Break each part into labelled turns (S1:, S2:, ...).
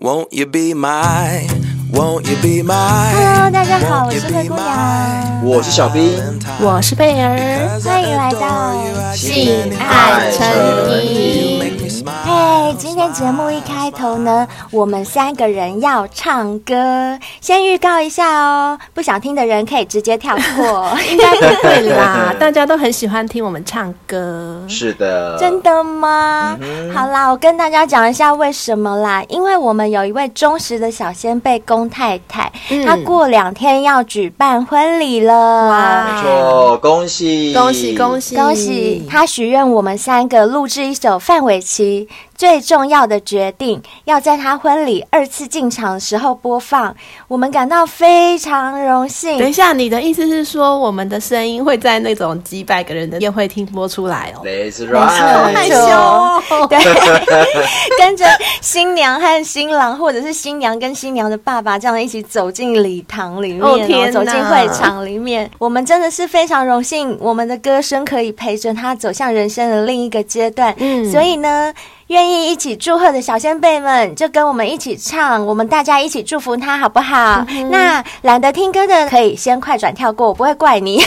S1: Won't you be my? Won't you be my?
S2: Hello，大家好，我是灰姑娘，
S3: 我是小兵，
S4: 我是贝儿，
S2: 欢迎来到
S4: 性爱成瘾。
S2: 嘿，哎今天节目一开头呢，我们三个人要唱 歌，先预告一下哦，不想听的人可以直接跳 过。哎
S4: 应该不会啦， 大家都很喜欢听我们唱歌。
S3: 是的，
S2: 真的吗？
S4: 嗯
S2: 好啦，我跟大家讲一下为什么啦，因为我们有一位忠实的小先辈龚太太，
S4: 嗯
S2: 她过两天要举办婚礼了。
S4: 哇
S3: 没错，恭喜
S4: 啊恭喜恭！喜
S2: 恭喜！他许愿我们三个录制一首范玮琪《最重要的决定》，要在他婚礼二次进场的时候播放，我们感到非常荣
S4: 等一
S2: 幸。
S4: 下，你的意思是说我们的声音会在那种几百个人的宴会厅播出来哦？
S3: That's
S2: 没
S4: 害
S3: right，
S2: 错
S4: 羞哦，
S2: 对，跟着新娘和新郎，或者是新娘跟新娘的爸爸，这样一起走进礼堂里面、
S4: 哦天哪
S2: 走进会场里面。我们真的是非常荣幸，我们的歌声可以陪着他走向人生的另一个阶段。
S4: 嗯
S2: 所以呢，愿意一起祝贺的小先辈们，就跟我们一起唱，我们大家一起祝福他，好不好？
S4: 嗯
S2: 那懒得听歌的可以先快转跳过，我不会怪你。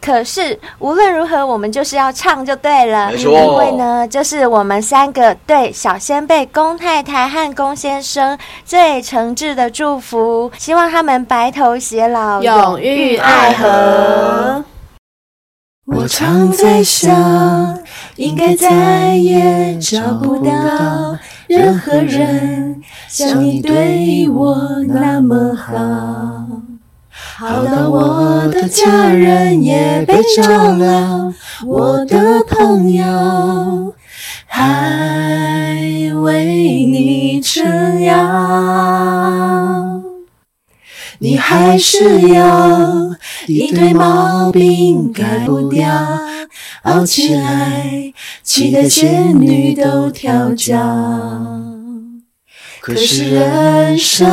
S2: 可是无论如何，我们就是要唱就对了，
S3: 没错
S2: 因为呢，就是我们三个对小先辈龚太太和龚先生最诚挚的祝福，希望他们白头偕老，
S4: 永浴爱河。
S5: 我常在想，应该再也找不到任何人像你对我那么好，好到我的家人也被照料，我的朋友还为你撑腰。你还是有一堆毛病改不掉，熬起来气得仙女都跳脚。可是人生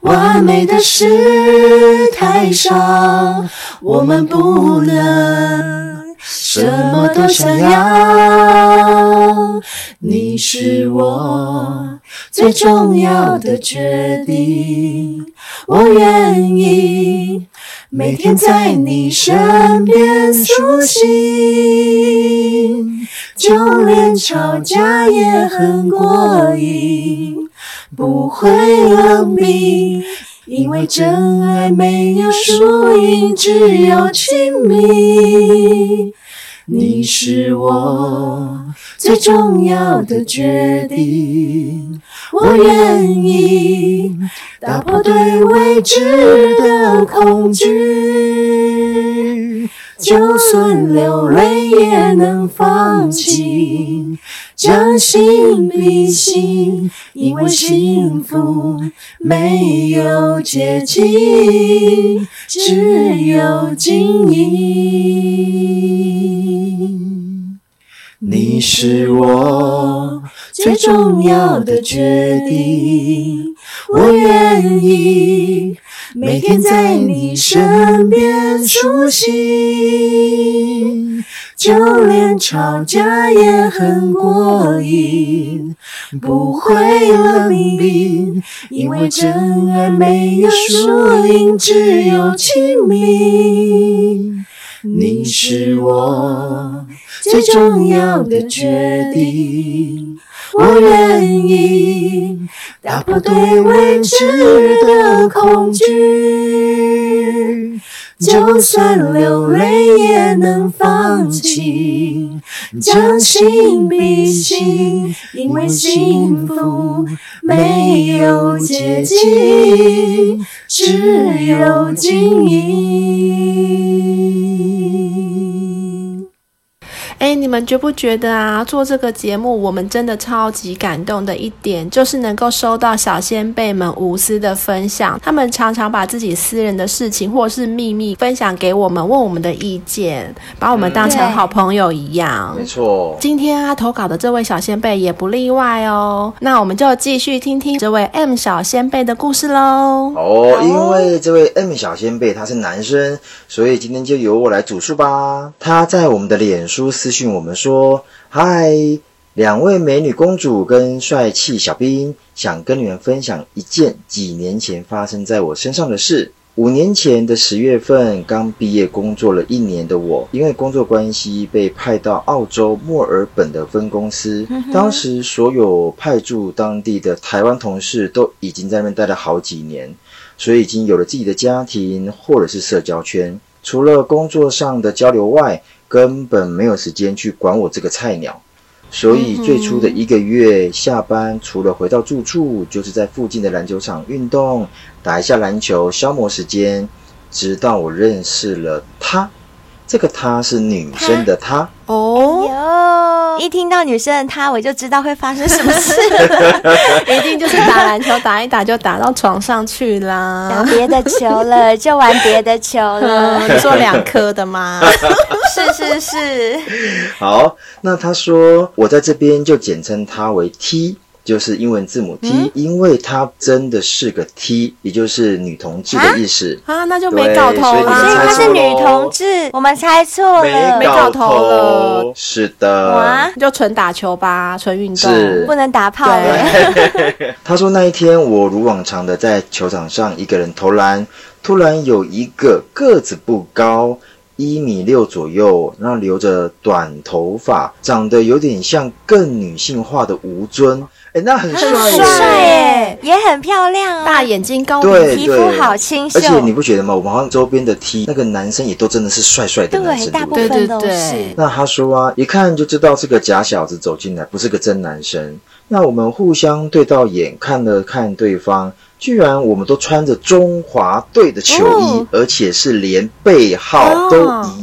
S5: 完美的事太少，我们不能什么都想要。你是我最重要的决定，我愿意每天在你身边苏醒，就连吵架也很过瘾，不会冷冰。因为真爱没有输赢，只有亲密。你是我最重要的决定，我愿意打破对未知的恐惧，就算流泪也能放弃，将心比心，因为幸福没有捷径，只有经营。你是我最重要的决定，我愿意每天在你身边苏醒，就连吵架也很过瘾，不会冷冰，因为真爱没有输赢，只有亲密。你是我最重要的决定，我愿意打破对未知的恐惧，就算流泪也能放弃，将心比心，因为幸福没有捷径，只有经营。
S4: 哎，你们觉不觉得啊？做这个节目，我们真的超级感动的一点，就是能够收到小先辈们无私的分享。他们常常把自己私人的事情或是秘密分享给我们，问我们的意见，把我们当成
S2: 对
S4: 好朋友一样。
S3: 没错，
S4: 今天啊，投稿的这位小先辈也不例外哦。那我们就继续听听这位 M 小先辈的故事喽。
S3: 哦，因为这位 M 小先辈他是男生，所以今天就由我来主述吧。他在我们的脸书私讯我们说：“嗨，两位美女公主跟帅气小兵想跟你们分享一件几年前发生在我身上的事。五年前的十月份，刚毕业工作了一年的我，因为工作关系被派到澳洲墨尔本的分公司。当时所有派驻当地的台湾同事都已经在那边待了好几年，所以已经有了自己的家庭或者是社交圈。除了工作上的交流外，根本没有时间去管我这个菜鸟。所以最初的一个月下班，除了回到住处，就是在附近的篮球场运动，打一下篮球消磨时间。直到我认识了她，这个她是女生的她，
S4: 哦，
S2: 哟，一听到女生的她，我就知道会发生什么 事了，
S4: 一定就是打篮球打一打就打到床上去
S2: 打
S4: 啦。
S2: 别的球了，就玩别的球了。
S4: 嗯，做两颗的 嘛，
S2: 是是是，
S3: 好，那他说我在这边就简称他为 T，就是英文字母 T，、因
S2: 嗯
S3: 为他真的是个 T，也就是女同志的意思。
S4: 啊，那就没搞
S3: 对
S4: 头
S2: 所以
S3: 你
S2: 她
S4: 啦
S3: 猜。
S2: 是
S3: 错
S2: 女
S3: 喽
S2: 同志，我们猜错了，
S4: 没搞头了
S3: 是的。
S2: 哇
S4: 就纯打球吧，纯运动。
S3: 是
S2: 不能打炮了。
S3: 他说那一天我如往常的在球场上一个人投篮，突然有一个个子不高，一米六左右，那留着短头发，长得有点像更女性化的吴尊，哎，那很帅耶，
S2: 很帅耶，也很漂亮
S4: 大
S2: 啊，
S4: 眼睛高鼻
S3: 对
S2: 皮肤好清秀
S3: 而，且你不觉得吗？我们好像周边的 T 那个男生也都真的是帅帅的男
S2: 对，
S3: 生，
S2: 大
S3: 对
S2: 部
S3: 不对？
S2: 分都
S4: 对对
S2: 是
S4: 对。
S3: 那他说啊，一看就知道是个假小子走进来，不是个真男生。那我们互相对到眼，看了看对方，居然我们都穿着中华队的球衣，
S2: 哦
S3: 而且是连背号都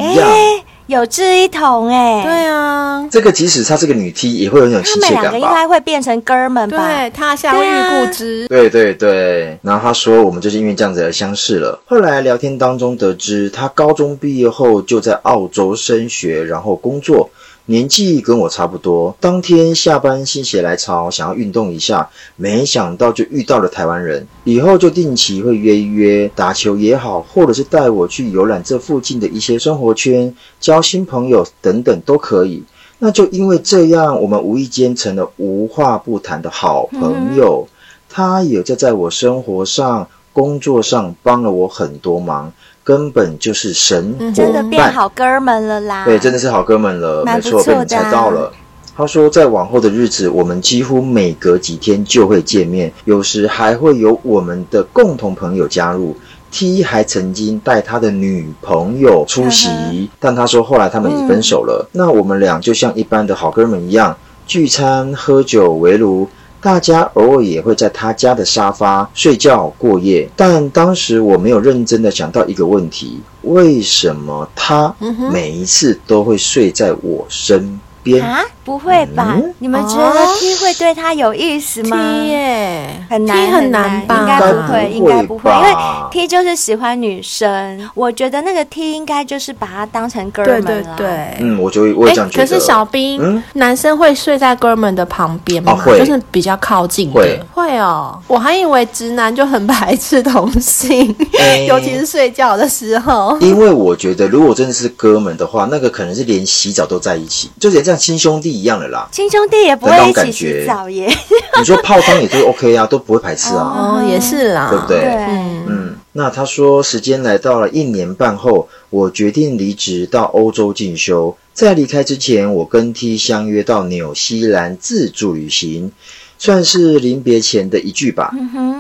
S3: 一样。
S2: 哎，有志一同哎，
S4: 对啊，
S3: 这个即使她是个女 T，也会有一种
S2: 他
S3: 亲
S2: 们
S3: 切
S2: 两个
S3: 感
S2: 应
S3: 吧？
S2: 该会变成哥们吧？
S4: 对，啊他乡遇故知。
S3: 对对对，然后他说我们就是因为这样子而相识了。后来聊天当中得知，他高中毕业后就在澳洲升学，然后工作，年纪跟我差不多。当天下班心血来潮，想要运动一下，没想到就遇到了台湾人。以后就定期会约一约，打球也好，或者是带我去游览这附近的一些生活圈，交新朋友等等都可以。那就因为这样，我们无意间成了无话不谈的好朋友。他也就在我生活上、工作上帮了我很多忙，根本就是神
S4: 嗯
S3: 伙
S2: 真的变
S3: 伴。
S2: 好哥们了啦。
S3: 对，真的是好哥们了，
S2: 蛮
S3: 没
S2: 不
S3: 错，
S2: 错
S3: 被你
S2: 的啊
S3: 猜到了。他说，在往后的日子，我们几乎每隔几天就会见面，有时还会有我们的共同朋友加入。T 还曾经带他的女朋友出席，
S2: 嗯
S3: 但他说后来他们也分手了。那我们俩就像一般的好哥们一样，聚餐、喝酒、围炉，大家偶尔也会在他家的沙发睡觉过夜，但当时我没有认真的想到一个问题：为什么他
S4: 嗯
S3: 每一次都会睡在我身边？
S2: 啊，不会吧？
S3: 嗯哦
S2: 你们觉得 T 会对他有意思吗？
S4: T 耶，
S2: 很难
S4: T 很难吧？
S2: 应该不会，应该不会，因为
S3: 吧
S2: T 就是喜欢女生。我觉得那个 T 应该就是把他当成哥
S4: 对
S2: 们
S4: 对
S2: 了。。
S4: 对。
S3: 嗯，我就我也这样觉得。
S4: 可是小兵、
S3: 嗯
S4: 男生会睡在哥们的旁边吗？
S3: 哦会
S4: 就是比较靠近的。
S3: 会
S4: 会哦，我还以为直男就很排斥同性，
S3: 哎哦
S4: 尤其是睡觉的时候。
S3: 因为我觉得，如果真的是哥们的话，那个可能是连洗澡都在一起，就连像亲兄弟一样的啦
S2: 亲兄弟也不
S3: 那
S2: 会
S3: 种
S2: 一
S3: 感
S2: 起
S3: 觉
S2: 洗澡耶。
S3: 你说泡汤也都 OK 啊，都不会排斥啊。
S4: 哦，也是啦，
S3: 对不对
S2: 对
S4: 嗯，
S3: 嗯，那他说时间来到了一年半后，我决定离职到欧洲进修。在离开之前，我跟 T 相约到纽西兰自助旅行，算是临别前的一句吧。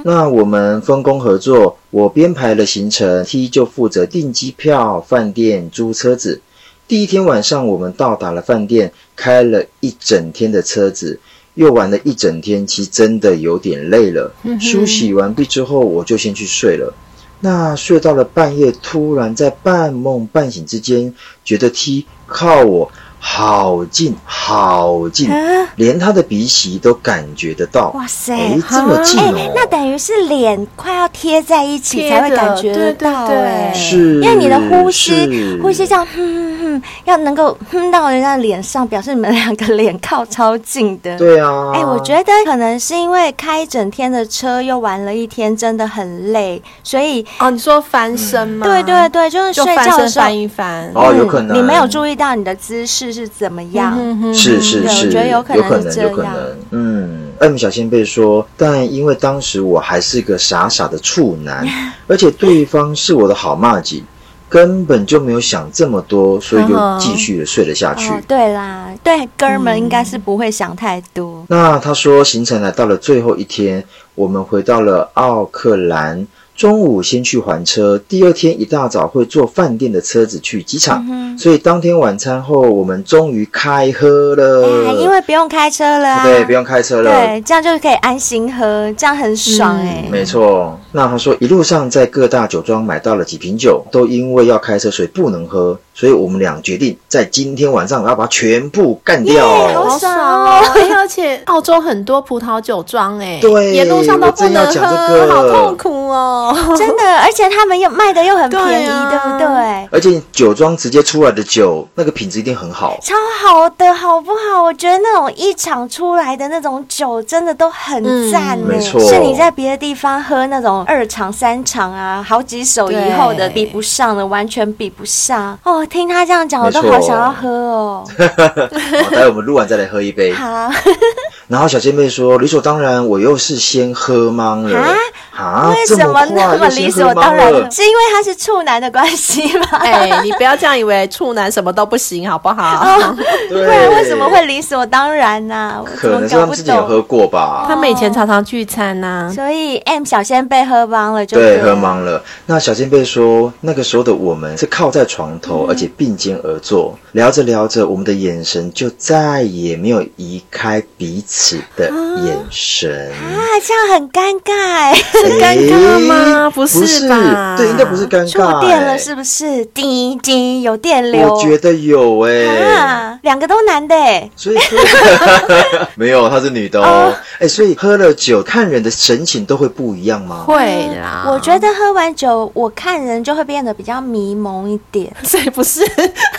S3: 那我们分工合作，我编排了行程，T 就负责订机票、饭店、租车子。第一天晚上，我们到达了饭店，开了一整天的车子，又玩了一整天，其实真的有点累了。梳洗完毕之后，我就先去睡了。那睡到了半夜，突然在半梦半醒之间，觉得 T 靠我好近好近，
S2: 啊
S3: 连他的鼻息都感觉得到。
S2: 哇塞
S3: 哎，这么近
S2: 哎、
S3: 哦！
S2: 那等于是脸快要贴在一起
S4: 贴
S2: 才会
S4: 着
S2: 感觉得到
S4: 对对对
S2: 哎，
S3: 是
S2: 因为你的呼吸
S3: 是，
S2: 呼吸这样，哼哼哼，嗯，要能够哼到人家的脸上，表示你们两个脸靠超近的。
S3: 对啊，
S2: 哎、我觉得可能是因为开一整天的车，又玩了一天，真的很累，所以
S4: 哦，你说翻身吗？
S2: 对对，对，就是
S4: 就
S2: 睡
S4: 翻
S2: 觉的
S4: 身
S2: 时候，嗯
S4: 翻一翻。
S3: 哦，有可能
S2: 你没有注意到你的姿势是怎么样。
S4: 嗯哼
S3: 是是
S2: 对
S3: 是，
S2: 我觉得有可能
S3: 有可
S2: 是
S3: 能，
S2: 这
S3: 有可
S2: 样
S3: 能。嗯，M 小先辈说，但因为当时我还是个傻傻的处 男，而且对方是我的好妈吉，根本就没有想这么多，所以
S2: 嗯
S3: 就继续的睡了下去。
S2: 哦，对啦，对哥
S4: 嗯
S2: 们应该是不会想太多。
S3: 那他说，行程来到了最后一天，我们回到了奥克兰，中午先去还车，第二天一大早会坐饭店的车子去机
S2: 嗯
S3: 场，所以当天晚餐后，我们终于开喝了，
S4: 呃
S2: 哎，因为不用开车了啊，
S3: 对，不用开车了，嗯
S2: 对，这样就可以安心喝，这样很爽哎、
S3: 没错，那他说一路上在各大酒庄买到了几瓶酒，都因为要开车所以不能喝，所以我们俩决定在今天晚上要把它全部干
S2: 耶
S3: 掉。
S2: 好爽
S4: 好爽
S2: 哦
S4: 哦！ 而且澳洲很多葡萄酒庄哎，
S3: 对
S4: 沿路上都不能
S3: 我
S4: 喝，
S3: 正要讲这个
S4: 好痛 苦哦。
S2: 真的，而且他们又卖的又很便宜，
S4: 对啊
S2: 对不对？
S3: 而且酒庄直接出来的酒，那个品质一定很好。
S2: 超好的，好不好？我觉得那种一场出来的那种酒，真的都很赞、呢。
S3: 嗯没错
S2: 是你在别的地方喝那种二场、三场啊，好几手以后的，
S4: 对
S2: 比不上的，完全比不上。哦，听他这样讲，我都
S3: 没错
S2: 好想要喝哦。
S3: 好，待会我们录完再来喝一杯。
S2: 好，
S3: 然后小仙妹说，理所当然，我又是先喝懵了。啊
S2: 为
S3: 这
S2: 什
S3: 么
S2: 么那
S3: 快
S2: 么
S3: 就
S2: 理
S3: 先喝
S2: 所当
S3: 懵
S2: 然
S3: 了？
S2: 是因为他是处男的关系吗？
S4: 哎，你不要这样以为处男什么都不行，好不好？
S3: 对，
S2: 不然为什么会理所当然呢、我怎
S3: 可
S2: 么
S3: 能是
S2: 搞
S3: 他
S2: 不
S3: 们自己有
S2: 懂？
S3: 喝过吧。
S4: 他们以前常常聚餐啊呐。
S2: 所以 M 小仙被喝帮了就
S3: 对，
S2: 了
S3: 喝懵了。那小仙贝说，那个时候的我们是靠在床
S2: 嗯
S3: 头，而且并肩而坐，聊着聊着，我们的眼神就再也没有移开彼此的眼神。
S2: 啊，这样很尴尬，哎
S3: 是
S4: 尴尬吗
S3: 不
S4: 不是吧
S3: 对，应该不是尴
S2: 触
S3: 尬、
S2: 电了是不是？滴滴有电
S3: 哎
S2: 流，
S3: 我觉得有哎、
S2: 啊，两个都男的哎，
S3: 所以说 没有，她是女的哦。哎、所以喝了酒，看人的神情都会不一样吗？
S4: 会啦，
S2: 我觉得喝完酒，我看人就会变得比较迷蒙一点。
S4: 谁不是？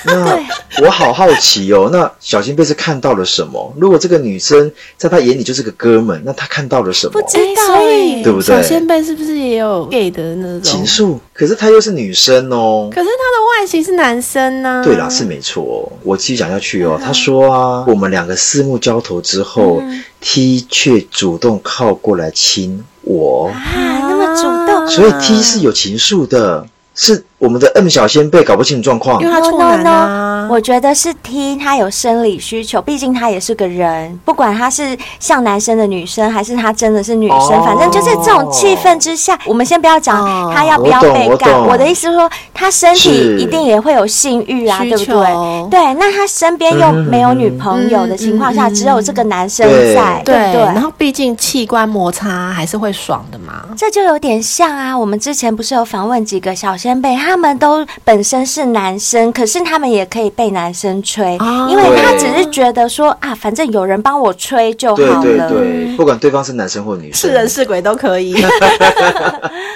S3: 那我好好奇哦，那小仙贝是看到了什么？如果这个女生在他眼里就是个哥们，那他看到了什么？
S2: 知道
S4: 哎所以
S3: 对不对
S4: 小先辈是不是也有 gay 的那种
S3: 情？愫，可是她又是女生哦。
S4: 可是他的外形是男生啊呢、
S3: 对啦，是没错、哦。我继续讲下去哦。他说啊，嗯我们两个四目交投之后、t 却主动靠过来亲我，
S2: 啊，那么主动。
S3: 所以 T 是有情愫的，是我们的 M 小仙贝搞不清楚状况
S4: 因。为他
S2: No
S4: 处
S2: no
S4: 男
S2: no，
S4: 啊。
S2: 我觉得是 T 他有生理需求，毕竟他也是个人，不管他是像男生的女生，还是他真的是女生，
S3: 哦
S2: 反正就是这种气氛之下，我们先不要讲
S4: 哦
S2: 他要不要
S3: 我懂
S2: 被
S3: 我
S2: 干，
S3: 懂
S2: 我的意思是说他身
S3: 是
S2: 体一定也会有性欲啊，
S4: 需
S2: 对不
S4: 求
S2: 对？对，那他身边又
S3: 嗯
S2: 没有女朋友的情况下，
S4: 嗯嗯嗯
S2: 只有这个男生
S3: 对
S2: 在，
S4: 对，
S2: 不对
S4: 然？后毕竟器官摩擦还是会爽的嘛。
S2: 这就有点像啊，我们之前不是有访问几个小先辈，他们都本身是男生，可是他们也可以被男生吹，
S4: 哦
S2: 因为他只是觉得说啊，反正有人帮我吹就好
S3: 对
S2: 了。
S3: 对对，不管对方是男生或女生，
S4: 是鬼都可以。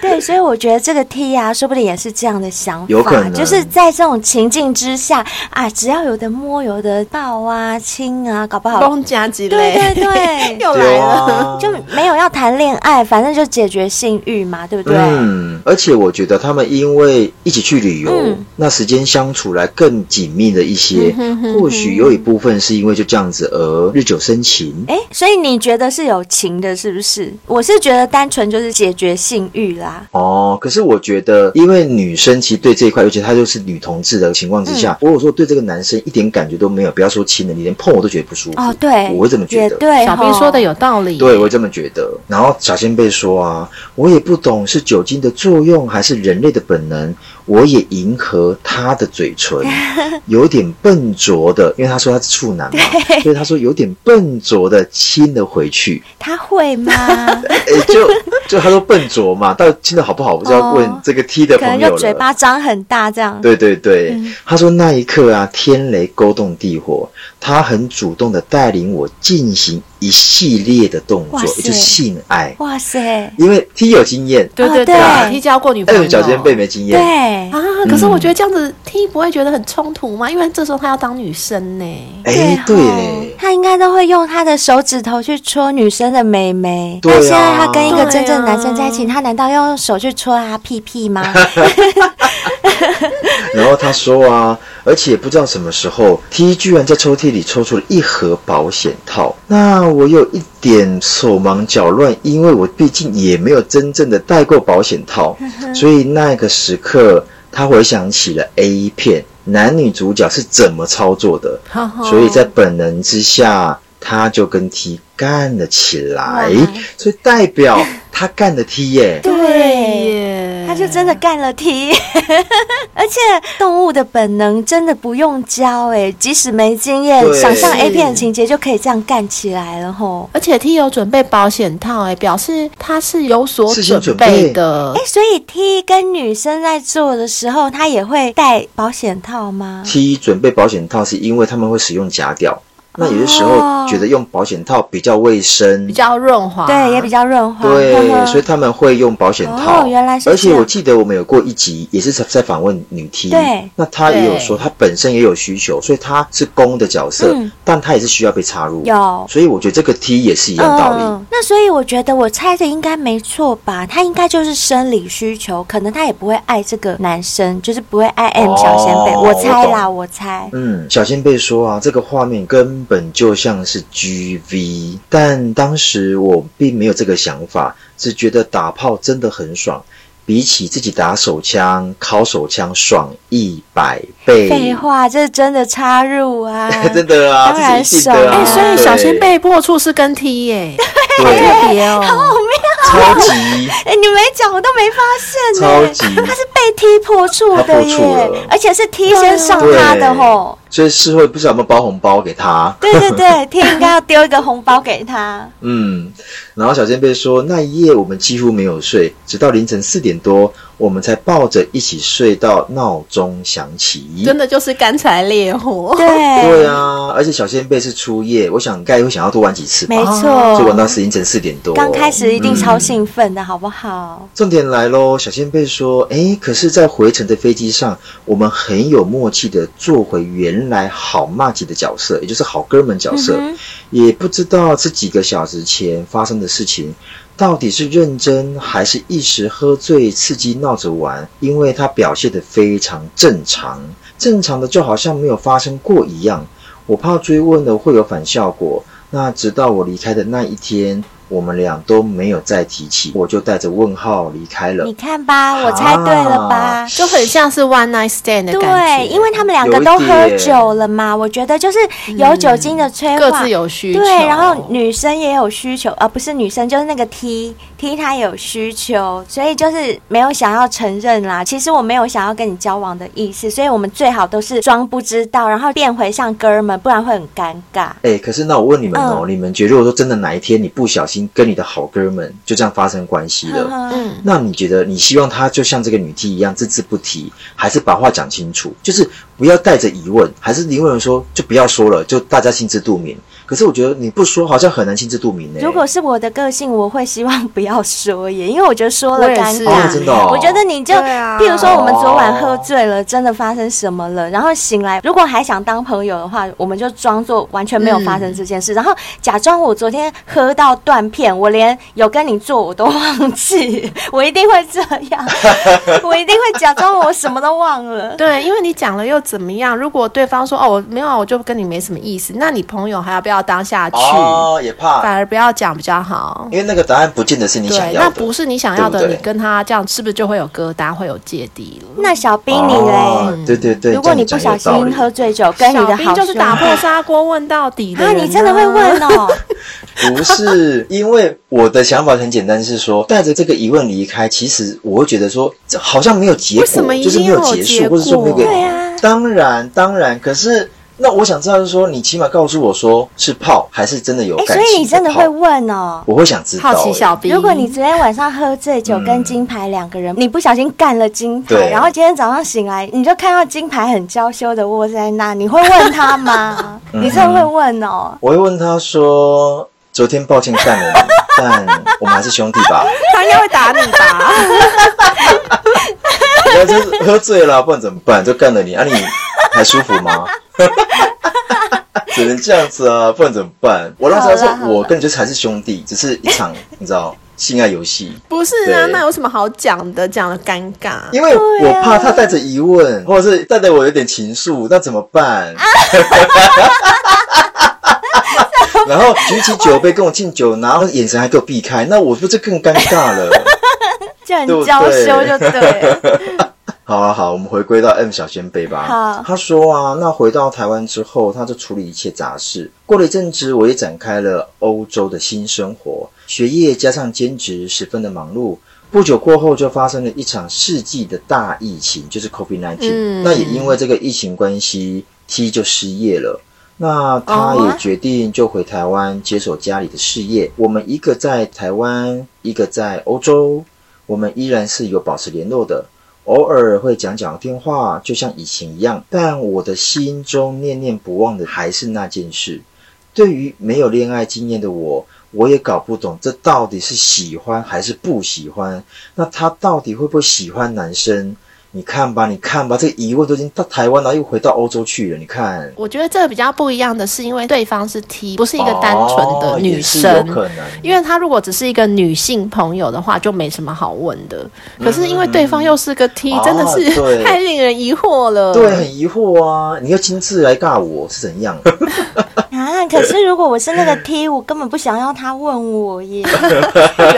S2: 对所以我觉得这个 T 啊，说不定也是这样的想法，
S3: 有可能
S2: 就是在这种情境之下啊，只要有的摸，有的抱啊、亲啊，搞不好
S4: 公家之
S2: 对
S4: 类，
S2: 对 对。
S4: 又来
S3: 对
S4: 了。
S3: 啊，
S2: 就没有要谈恋爱，反正就解决性欲嘛， 对不啊对？
S3: 嗯，而且我觉得他们因为一起去旅游，
S2: 嗯
S3: 那时间相处来更紧密了一些，或许有一部分是因为就这样子而日久生情。
S2: 哎，所以你觉得是有情的，是不是？我是觉得单纯就是解决性欲啦。
S3: 哦，可是我觉得，因为女生其实对这一块，尤其她又是女同志的情况之
S2: 嗯
S3: 下，如果说对这个男生一点感觉都没有，不要说亲了，你连碰我都觉得不舒服。
S2: 哦，对，
S3: 我会这么觉
S2: 也
S3: 得。
S2: 对，
S4: 小兵
S2: 吼
S4: 说的。有道理。
S3: 对，我这么觉得。然后小仙贝说啊，我也不懂是酒精的作用还是人类的本能，我也迎合他的嘴 唇，有点笨拙的，因为他说他是处男嘛，所以他说有点笨拙的亲了回去。
S2: 他会 吗？
S3: 哎，就就他说笨拙嘛，到底亲的好不好，不是要问这个 T 的
S2: 可能
S3: 朋友
S2: 就
S3: 了。
S2: 嘴嗯巴张很大这样。
S3: 对对对，他说那一刻啊，天雷勾动地火，他很主动的带领我进行一系列的动作
S2: 哇，塞
S3: 也就是性爱。
S2: 哇塞，
S3: 因为 T 有经验，
S4: 对对
S2: 啊对
S4: 对，踢交过女朋
S3: 但
S4: 友
S3: 有脚哎尖背嗯没经验。
S2: 对
S4: 啊，可是我觉得这样子踢不会觉得很冲突吗？因为这时候她要当女生呢。
S3: 哎，对嘞，
S2: 他应该都会用他的手指头去戳女生的妹妹。
S3: 对啊
S2: 那现在他跟一个真正的男生在一起，他难道要用手去戳他屁屁吗？
S3: 然后他说啊，而且不知道什么时候，T 居然在抽屉里抽出了一盒保险套。那我有一点手忙脚乱，因为我毕竟也没有真正的戴过保险套， 所以那个时刻他回想起了 A 片男女主角是怎么操作的，所以在本能之下，他就跟 T 干了起来，所以代表他干了 T 耶、
S4: 对耶，
S2: 他就真的干了题， 而且动物的本能真的不用教哎、即使没经验，
S3: 对
S2: 想象 A 片的情节就可以这样干起来了吼。
S4: 而且 T 有准备保险套、哎，表示他是有所
S3: 事先准
S4: 备的
S2: 哎、。所以 T 跟女生在做的时候，他也会戴保险套吗？
S3: T 准备保险套是因为他们会使用夹掉，那有些时
S2: 哦
S3: 候觉得用保险套比较卫生，
S4: 比较润滑，
S2: 对，也比较润滑。呵呵
S3: 啊对，所以他们会用保险套。
S2: 哦原来是这样
S3: 而且我记得我们有过一集也是在访问女 T，
S2: 对
S3: 那她也有说她本身也有需求，所以她是攻的角色，
S2: 嗯
S3: 但她也是需要被插入。
S2: 有
S3: 所以我觉得这个 T 也是一样道理。
S2: 嗯。那所以我觉得我猜的应该没错吧？他应该就是生理需求，可能他也不会爱这个男生，就是不会爱 M
S3: 哦
S2: 小仙贝。我猜啦，
S3: 我
S2: 我猜。
S3: 嗯，小仙贝说啊，这个画面根本就像是 GV，但当时我并没有这个想法，只觉得打炮真的很爽，比起自己打手枪、烤手枪爽一百倍。
S2: 废话，这真的插入啊！
S3: 真的啊，
S2: 当然
S3: 这是一定的
S2: 爽啊
S3: 啊。
S4: 哎、所以
S3: 对
S4: 小仙贝破处是跟 T 耶、
S3: 对
S4: 特别哦，
S3: 超级
S2: 哎、你没讲，我都没发现
S3: 超
S2: 呢、
S3: 级
S2: 他是被踢破处
S3: 他
S2: 的
S3: 破处
S2: 耶
S3: 了，
S2: 而且是 T 先上他的吼。
S3: 所以事后不知道有没有包红包给他。
S2: 对对对，T 应该要丢一个红包给他。
S3: 嗯，然后小仙贝说，那一夜我们几乎没有睡，直到凌晨四点多，我们才抱着一起睡到闹钟响起。
S4: 真的就是干柴烈火。
S2: 对，
S3: 对啊，而且小仙贝是初夜，我想应该会想要多玩几次吧，
S2: 没
S3: 所以玩
S2: 错。
S3: 到凌晨四点多。
S2: 刚开始一定超
S3: 嗯
S2: 兴奋的，好不好？
S3: 重点来喽，小仙贝说：“诶，可是，在回程的飞机上，我们很有默契的做回原来好骂吉的角色，也就是好哥们角色。
S2: 嗯
S3: 也不知道这几个小时前发生的事情，到底是认真还是一时喝醉刺激闹着玩，因为他表现得非常正常，正常的就好像没有发生过一样。我怕追问了会有反效果，那直到我离开的那一天，我们俩都没有再提起，我就带着问号离开了
S2: 你。看吧，我猜对了吧
S3: 啊？
S4: 就很像是 one night stand 的感
S2: 对，
S4: 觉，
S2: 因为他们两个都喝酒了嘛，我觉得就是有酒精的催化，
S4: 各自有需求，
S2: 对，然后女生也有需求，呃而、不是女生就是那个 T T 她也有需求，所以就是没有想要承认啦。其实我没有想要跟你交往的意思，所以我们最好都是装不知道，然后变回像哥们，不然会很尴尬。
S3: 哎、可是那我问你
S2: 嗯
S3: 们哦，你们觉得如果说真的哪一天你不小心跟你的好哥们就这样发生关系了，
S4: 嗯，
S3: 那你觉得你希望他就像这个女 T 一样只字不提，还是把话讲清楚？就是不要带着疑问，还是疑问说就不要说了，就大家心知肚明。可是我觉得你不说好像很难心知肚明呢、
S2: 如果是我的个性，我会希望不要说耶，因为我觉得说了
S4: 我也
S2: 尴
S4: 是
S2: 尬。
S3: 哦，真的、哦，
S2: 我觉得你就，
S4: 对啊
S2: 譬如说我们昨晚喝醉了，真的发生什么了，然后醒来，如果还想当朋友的话，我们就装作完全没有发生这件
S4: 嗯
S2: 事，然后假装我昨天喝到断片，我连有跟你做我都忘记， 我一定会这 样，我一定会假装我什么都忘 了。
S4: 对，因为你讲了又怎么样？如果对方说哦，我没有啊，我就跟你没什么意思，那你朋友还要不要当下去？
S3: 哦也
S4: 反
S3: 怕，
S4: 而不要讲比较好。
S3: 因为那个答案不见得是你想
S4: 对，
S3: 要的，
S4: 那不是你想要的，
S3: 对不对
S4: 你跟他这样是不是就会有疙瘩，会有芥蒂了？
S2: 那小兵你嘞，
S3: 哦对对对，
S2: 如果你
S3: 这
S2: 不
S3: 样
S2: 小
S3: 讲有道理
S2: 心喝醉酒，跟你
S4: 小
S2: 的
S4: 兵
S2: 好
S4: 就是
S2: 兄
S4: 打破砂锅问到底的
S2: 啊，
S4: 人啊、
S2: 你真的会问哦，
S3: 不是，因为我的想法很简单，是 说带着这个疑问离开，其实我会觉得说，这好像没有结
S4: 为什么
S3: 果，
S4: 一
S3: 就是
S4: 定
S3: 没
S4: 要有
S3: 结束，
S4: 结啊
S3: 或者说没有个。
S4: 果
S2: 对啊
S3: 当然，当然，可是那我想知道，就是说你起码告诉我说是泡还是真的有
S2: 哎、
S3: 感
S2: 所
S3: 情、
S2: 以你真的会，问哦。
S3: 我会想知道、
S4: 好奇
S3: 欸
S4: 小兵，
S2: 如果你昨天晚上喝醉酒
S3: 嗯
S2: 跟金牌两个人，你不小心干了金牌，
S3: 对
S2: 然后今天早上醒来你就看到金牌很娇羞的窝在那，你会问他 吗？你真的
S3: 嗯
S2: 会问哦。
S3: 我会问他说：“昨天抱歉干 了你，但我们还是兄弟吧。
S4: 他应该会打你吧？
S3: 要是喝醉了，不然怎么办？就干了你，啊你还舒服吗？” 只能这样子啊，不然怎么办？我那时候
S2: 好啦好
S3: 说，
S2: 啦
S3: 我跟你就是还是兄弟，只是一 场你知道性爱游戏，
S4: 不是啊，
S3: 对
S4: 那有什么好讲的？讲的尴尬。
S3: 因为
S2: 啊
S3: 我怕他带着疑问，或者是带着我有点情愫，那怎么 办？然后举起酒杯跟我敬酒，然后眼神还给我避开，那我不是更尴尬了？
S2: 就很
S3: 对不对
S2: 娇羞，就对 了。
S3: 好啊，好，我们回归到 M 小仙贝吧。
S2: 好
S3: 他说啊，那回到台湾之后，他就处理一切杂事。过了一阵子，我也展开了欧洲的新生活，学业加上兼职，十分的忙碌。不久过后，就发生了一场世纪的大疫情，就是 COVID-19、
S4: 嗯
S3: 那也因为这个疫情关系，T 就失业了。那他
S4: 哦
S3: 也决定就回台湾接手家里的事业。我们一个在台湾，一个在欧洲，我们依然是有保持联络的，偶尔会讲讲电话，就像以前一样。但我的心中念念不忘的还是那件事。对于没有恋爱经验的我，我也搞不懂这到底是喜欢还是不喜欢。那他到底会不会喜欢男生？你看吧，你看吧，这个疑问都已经到台湾了，又回到欧洲去了。你看，
S4: 我觉得这个比较不一样的是，因为对方是 T，不是一个单纯的
S3: 哦
S4: 女
S3: 也是
S4: 生。
S3: 有可能，
S4: 因为他如果只是一个女性朋友的话，就没什么好问的。可是因为对方又是个 T，、
S3: 嗯
S4: 真的是、
S3: 啊对
S4: 太令人疑惑了。
S3: 对，很疑惑啊，你要亲自来尬我是怎样？
S2: 啊！可是如果我是那个 T，我根本不想要他问我 耶。我
S4: 觉得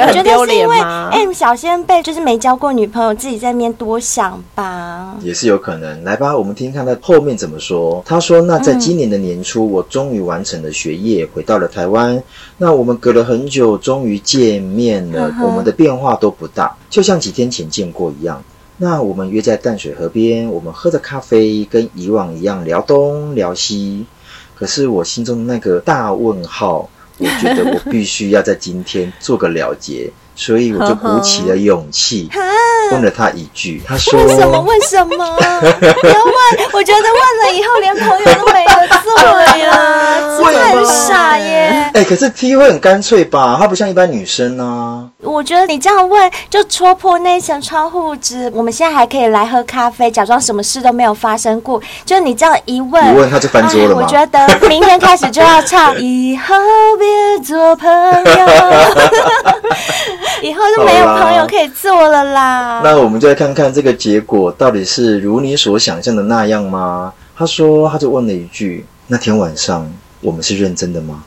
S4: 很
S2: 觉得
S4: 丢
S2: 是因
S4: 脸
S2: 为
S4: 吗？
S2: M 小先辈就是没交过女朋友，自己在那边多想吧。
S3: 也是有可能。来吧，我们听听看他后面怎么说。他说：“那在今年的年初，我终于完成了学业，回到了台湾。那我们隔了很久，终于见面了。
S2: 嗯哼
S3: 我们的变化都不大，就像几天前见过一样。那我们约在淡水河边，我们喝着咖啡，跟以往一样聊东聊西。可是我心中的那个大问号，我觉得我必须要在今天做个了结，所以我就鼓起了勇 气，问了他一句。他说：
S2: 为 什么？为什么？不要问！我觉得问了以后连朋友都没得做了呀，真的很傻耶！
S3: 哎、可是 T 会很干脆吧？她不像一般女生啊。
S2: 我觉得你这样问就戳破那一层窗户纸。我们现在还可以来喝咖啡，假装什么事都没有发生过。就是你这样一
S3: 你
S2: 问
S3: 问。她就翻桌了
S2: 哎我
S3: 吗？
S2: 觉得明天开始就要唱《以后别做朋 友》，以后就没有朋友可以做了啦。
S3: 那我们就来看看这个结果到底是如你所想象的那样吗？她说，她就问了一句：“那天晚上我们是认真的吗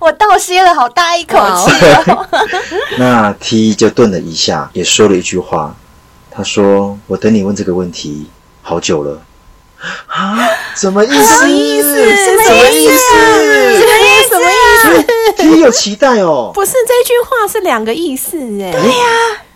S2: 我倒吸了好大一口
S4: 哇
S2: 气哦。？”
S3: 那 T 就顿了一下，也说了一句话。她说：“我等你问这个问题好久了。”啊？什么意思？什么意思？什么意思？
S4: 什么意思？
S3: ？T 有期待哦？
S4: 不是这句话是两个意思哎、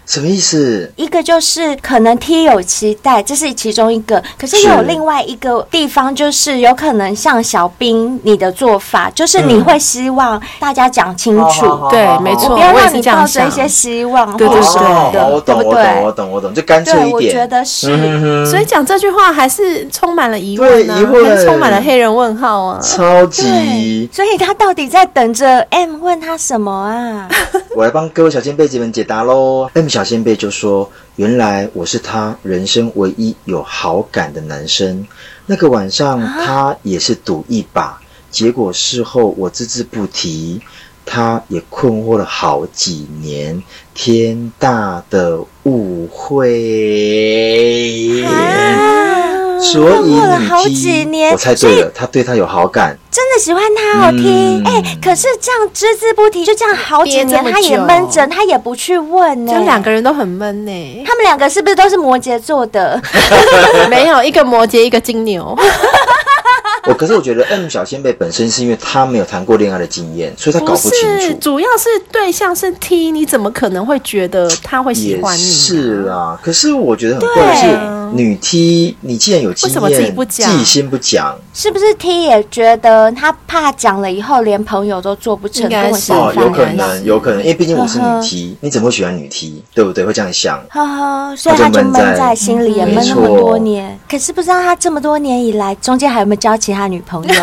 S3: 什么意思？
S2: 一个就是可能 T 有期待，这是其中一个，可是也有
S3: 是
S2: 另外一个地方，就是有可能像小兵你的做法，就是
S3: 嗯
S2: 你会希望大家讲清楚，
S4: 对，没错，
S2: 哦不要
S4: 我也
S2: 让
S4: 是
S2: 你
S4: 这样
S2: 抱着
S4: 想
S2: 一。些希望
S4: 对
S2: 或
S4: 对
S2: 者什
S3: 哦
S2: 么
S4: 对
S2: 的，
S3: 我
S2: 对
S3: 懂，
S2: 不
S3: 我懂，我
S2: 对？
S3: 懂，我懂，就干脆
S2: 对，
S3: 一
S2: 我
S3: 点。嗯
S2: 觉得是。
S4: 所以讲这句话还是充满了疑问、啊，
S3: 对疑问
S4: 还是充满了黑人问号 啊。
S3: 超
S2: 对
S3: 级，，
S2: 所以他到底在等着 M 问他什么啊？
S3: 我来帮各位小先辈姐们解答喽。M 小先辈就说：“原来我是他人生唯一有好感的男生。那个晚上，
S2: 啊
S3: 他也是赌一把，结果事后我只字不提，他也困惑了好几年。天大的误会。
S2: 啊，
S3: 哎所以
S2: 过了
S3: 你
S2: 好
S3: 踢
S2: 几年，
S3: 我猜
S2: 所以
S3: 对了，他对他有好感。
S2: 真的喜欢他哦，听
S3: 嗯
S2: 哎、可是这样只字不提，就这样好几
S4: 憋这
S2: 年，
S4: 么
S2: 他也
S4: 久
S2: 闷着，他也不去问呢、
S4: 就两个人都很闷呢、
S2: 他们两个是不是都是摩羯座 的？
S4: 没有一个摩羯，一个金牛。
S3: 我哦可是我觉得 M 小先辈本身是因为他没有谈过恋爱的经验，所以他搞
S4: 是
S3: 清楚。
S4: 主要是对象是 T，你怎么可能会觉得他会喜
S3: 也啊
S4: 欢你、啊
S3: 是，啦，可是我觉得很怪
S2: 对
S3: 的是，女 T，你既然有经
S4: 为什么
S3: 验，
S4: 自己不讲
S3: 自己先不讲，
S2: 是不是 T 也觉得他怕讲了以后连朋友都做不成，
S4: 应该
S2: 跟我
S4: 是
S2: 相
S3: 哦，
S2: 反？
S3: 有可能，有可能，因为毕竟我是女
S4: 嗯
S2: 呵呵
S3: T，你怎么会喜欢女 T？对不对？会这样想。
S2: 呵呵，所以他就闷在心里，也
S3: 嗯
S2: 闷那么多年。可是不知道他这么多年以来，中间还有没有交其他女朋 友？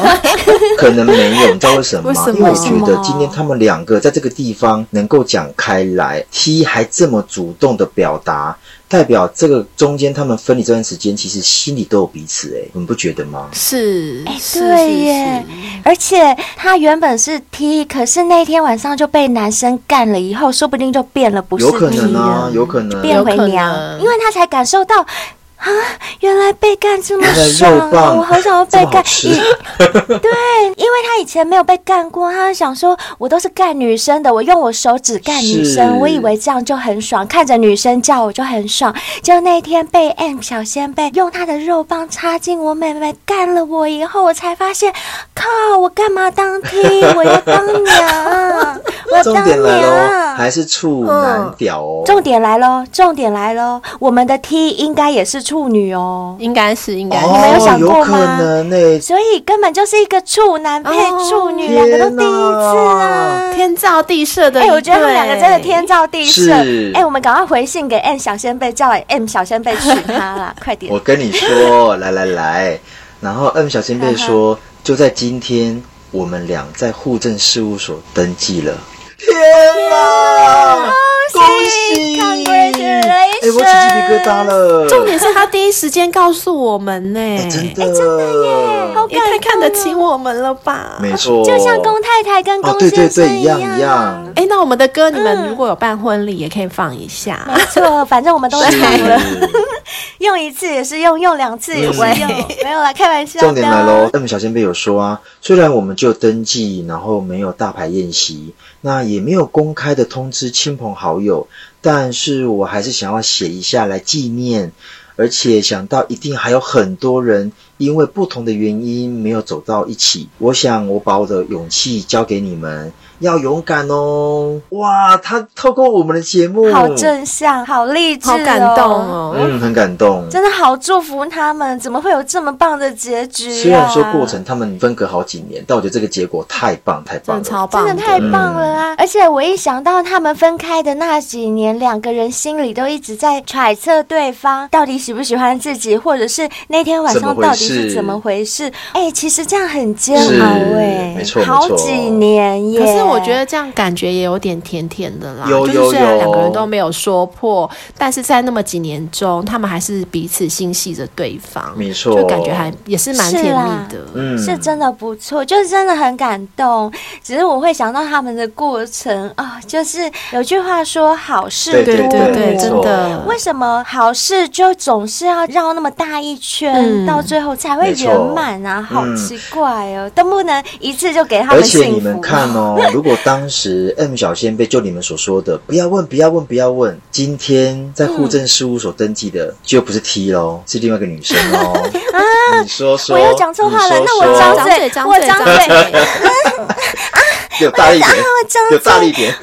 S3: 可能没有，你知道为什么
S4: 为
S3: 吗？
S4: 什么
S3: 因为我觉得今天他们两个在这个地方能够讲开来，T 还这么主动的表达，代表这个中间他们分离这段时间，其实心里都有彼此、哎，你们不觉得吗？
S4: 是，是
S2: 哎对耶，而且他原本是 T，可是那天晚上就被男生干了以后，说不定就变了，不是
S3: 有可
S2: T
S3: 能啊
S2: 了，，
S3: 有可能。
S2: 变回
S4: 有可
S2: 娘，
S4: 能
S2: 因为他才感受到。啊，原来被干这么
S3: 原来
S2: 爽
S3: 肉
S2: 啊！
S3: 棒
S2: 我好想要被
S3: 这么好
S2: 干，
S3: 吃
S2: 以对，因为他以前没有被干过，他就想说，我都是干女生的，我用我手指干女生，
S3: 是
S2: 我以为这样就很爽，看着女生叫我就很爽。结果那一天被 M 小仙贝用他的肉棒插进我妹妹，干了我以后，我才发现，靠，我干嘛当 T？我要当 娘，我要
S3: 重
S2: 当
S3: 点来喽，
S2: 娘。
S3: 还是处男屌哦。
S2: 重点来喽，重点来喽！我们的 T 应该也是处女哦，
S4: 应该是应该是。
S2: 们有
S3: 哦，
S2: 想过
S3: 有可
S2: 吗
S3: 能 呢、
S2: 所以根本就是一个处男配
S3: 哦
S2: 处女，两、个都第一次啊！
S4: 天造地设的
S2: 哎、
S4: 一对，
S2: 我觉得他们两个真的天造地设。
S3: 是
S2: 哎、我们赶快回信给 M 小先辈，叫 M 小先辈娶她 啦，快点！
S3: 我跟你说，来来来，然后 M 小仙贝
S2: 嗯
S3: 说，就在今天，我们俩在户政事务所登记了。天哪！恭喜！
S2: congratulations
S3: 哎，我起鸡皮疙瘩了。
S4: 重点是他第一时间告诉我们呢、
S3: 哎，真的，真的耶
S2: 好
S4: 也
S2: 感
S4: 太
S2: 动
S4: 看得起我们了吧？
S3: 没错，
S2: 就像宫太太跟
S3: 哦，
S2: 宫
S3: 对对
S2: 先生
S3: 对，一
S2: 样
S3: 样一样。
S4: 哎、那我们的歌，你
S2: 嗯
S4: 们如果有办婚礼，也可以放一下。
S2: 没错，反正我们都
S3: 是
S2: 唱了，用一次也是用，用两次也是
S3: 嗯
S2: 用，没有啦，开玩笑的。
S3: 重点来喽！M 小仙贝有说啊，虽然我们就登记，然后没有大牌宴席，那也没有公开的通知亲朋好友，但是我还是想要写一下来纪念。而且想到一定还有很多人因为不同的原因没有走到一起，我想我把我的勇气交给你们，要勇敢哦！哇，他透过我们的节目，
S2: 好正向，好励志、
S4: 好感动。哦！
S3: 嗯，很感动。
S2: 真的好祝福他们，怎么会有这么棒的结局、啊？
S3: 虽然说过程他们分隔好几年，但我觉得这个结果太棒太
S4: 真
S3: 棒了。
S4: 的超棒
S2: 真的太棒了啊！而且我一想到他们分开的那几年，两个人心里都一直在揣测对方到底喜不喜欢自己，或者是那天晚上到底是怎么回事。哎、其实这样很煎熬哎、
S3: 是没错
S2: 好
S3: 没错
S2: 几年耶。
S4: 可是我觉得这样感觉也有点甜甜的啦，
S3: 有
S4: 就是虽然
S3: 有有
S4: 两个人都没有说破，但是在那么几年中，他们还是彼此心系着对方，
S3: 没错，
S4: 就感觉还也是蛮甜蜜的。
S3: 嗯
S2: 是真的不错，就是真的很感动。只是我会想到他们的过程啊、就是有句话说“好事多
S3: 对对
S4: 对对，
S3: 没错
S4: 真的
S2: 为什么好事就总是要绕那么大一圈，
S4: 嗯
S2: 到最后才会圆满啊？
S3: 错
S2: 好
S3: 嗯
S2: 奇怪哦，都不能一次就给他
S3: 而
S2: 们
S3: 且
S2: 幸福。
S3: 你们看哦， 如果当时 M 小仙贝就你们所说的，不要问，不要问，不要问，今天在户政事务所登记的、就不是 T 喽，是另外一个女生 哦。你说说，
S2: 啊我又讲错话了，
S3: 你说
S2: 那
S3: 说
S2: 我张
S4: 张嘴
S2: 嘴，
S4: 张
S2: 我
S4: 嘴
S2: 张
S4: 张
S2: 嘴，
S3: 有大 力一点，
S2: 张
S3: 有大力一点，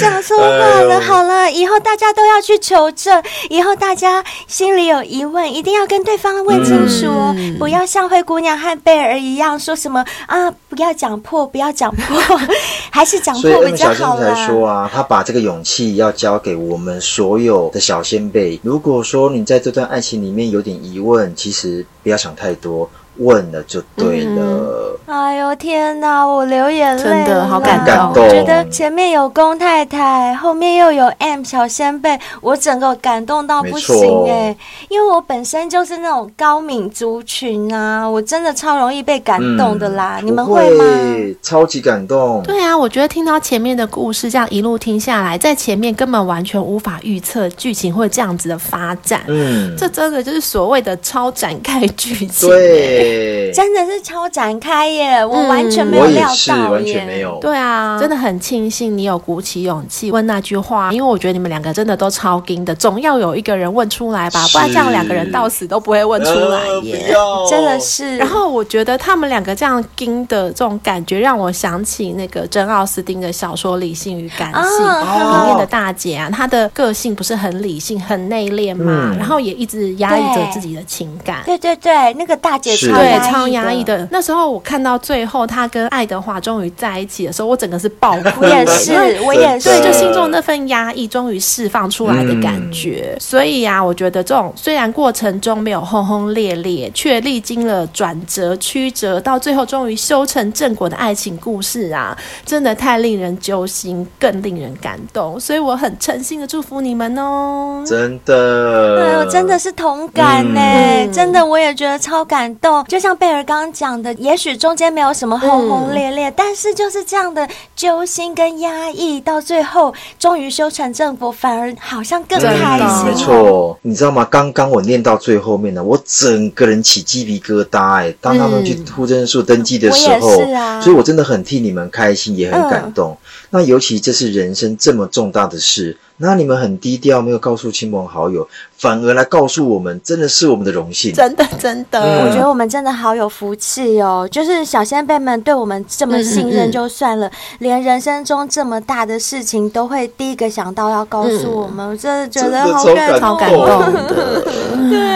S2: 讲错话了。
S3: 哎呦
S2: 好了，以后大家都要去求证，以后大家心里有疑问，一定要跟对方问清楚哦，
S4: 嗯
S2: 不要像灰姑娘和贝儿一样说什么啊，不要讲破，不要讲破， 还是讲
S3: 所以
S2: 破
S3: M
S2: 比较
S3: 小仙
S2: 好
S3: 贝
S2: 啦。
S3: 才说啊，他把这个勇气要交给我们所有的小先辈。如果说你在这段爱情里面有点疑问，其实不要想太多，问了就对了。
S2: 哎呦天哪，我流眼泪了，
S4: 真的好
S3: 感动
S2: 我觉得前面有宫太太，后面又有 M 小仙贝，我整个感动到不行
S3: 没错
S2: 哎、因为我本身就是那种高敏族群啊，我真的超容易被感动的啦。
S3: 嗯
S2: 啊你们
S3: 不
S2: 会
S3: 会
S2: 吗？
S3: 超级感动。
S4: 对啊，我觉得听到前面的故事，这样一路听下来，在前面根本完全无法预测剧情会这样子的发展，
S3: 嗯，
S4: 这真的就是所谓的超展开剧情。，
S3: 对，
S2: 真的是超展开耶、耶，我完全没有
S3: 嗯我也
S2: 料
S3: 是
S2: 到耶，
S3: 完全没有。
S4: 对啊，真的很庆幸你有鼓起勇气问那句话，因为我觉得你们两个真的都超硬的，总要有一个人问出来吧，
S3: 是
S4: 不然这样两个人到死都不会问出来
S3: 呃不
S4: 耶。
S3: 要
S2: 真的是。
S4: 然后我觉得他们两个这样盯的这种感觉，让我想起那个珍奥斯汀的小说《理性与感性》
S2: 哦
S4: 啊里面的大姐啊，她的个性不是很理性、很内敛嘛，
S3: 嗯
S4: 然后也一直压抑着
S2: 对
S4: 自己的情感。
S2: 对对对，那个大姐
S3: 是
S2: 超
S4: 对
S2: 压，抑
S4: 超压抑
S2: 抑。
S4: 的。那时候我看到最后，她跟爱德华终于在一起的时候，我整个是爆 哭。
S2: 我也是，我也是，
S4: 嗯对，就心中那份压抑终于释放出来的感觉。所以呀、我觉得这种虽然过程中没有轰轰烈烈，却历经了转折、曲折，到最后终于修成正果的爱情故事啊，真的太令人揪心，更令人感动。所以我很诚心的祝福你们哦。
S3: 真的，
S2: 对，我哎真的是同感呢、
S4: 嗯
S2: 真的我也觉得超感动。就像贝尔刚刚讲的，也许中间没有什么轰轰烈烈，但是就是这样的揪心跟压抑，到最后终于修成正果，反而好像更
S4: 真的
S2: 开
S4: 哦
S2: 心。
S3: 没错，你知道吗？刚刚我念到最后面呢，我整个人起鸡皮疙瘩哎、当他们去户政事务登记的时
S2: 嗯我
S3: 候
S2: 也，是啊
S3: 所以我真的很替你们开心，也很感动。那尤其这是人生这么重大的事，那你们很低调，没有告诉亲朋好友，反而来告诉我们，真的是我们的荣幸。
S4: 真的，真的，
S2: 我觉得我们真的好有福气哦，就是小先辈们对我们这么信任就算了，连人生中这么大的事情都会第一个想到要告诉我们，我真的觉
S3: 真
S2: 得
S3: 的
S2: 好
S4: 超
S2: 动。啊
S4: 感
S3: 动 的。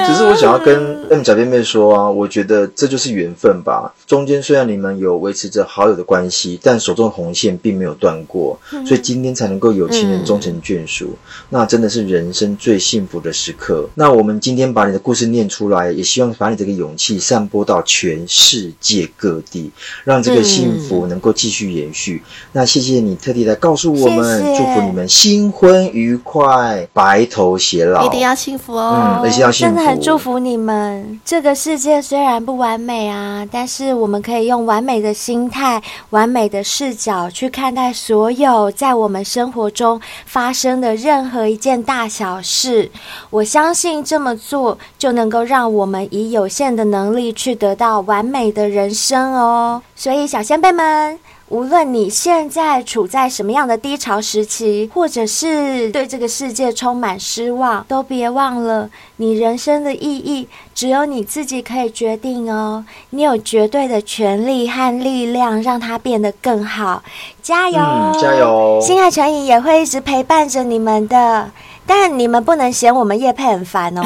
S3: 只是我想要跟 M 小便便说啊，我觉得这就是缘分吧。中间虽然你们有维持着好友的关系，但手中的红线并没有断过，
S2: 嗯
S3: 所以今天才能够有情人终成眷属。那真的是人生最幸福的时刻。那我们今天把你的故事念出来，也希望把你这个勇气散播到全世界各地，让这个幸福能够继续延续。那谢谢你特地来告诉我们，
S2: 谢谢
S3: 祝福你们新婚愉快，白头偕老。
S4: 一定要幸福哦。
S3: 嗯，而且要幸
S2: 真
S3: 福，
S2: 的很祝福你们。这个世界虽然不完美啊，但是我们可以用完美的心态、完美的视角去看待所有在我们生活中发生的任何一件大小事。我相信这么做就能够让我们以有限的能力去得到完美的人生哦。所以，小先辈们。无论你现在处在什么样的低潮时期，或者是对这个世界充满失望，都别忘了，你人生的意义只有你自己可以决定哦。你有绝对的权利和力量，让它变得更好。加油！
S3: 嗯加油
S2: 心爱成瘾也会一直陪伴着你们的。但你们不能嫌我们叶配很烦哦，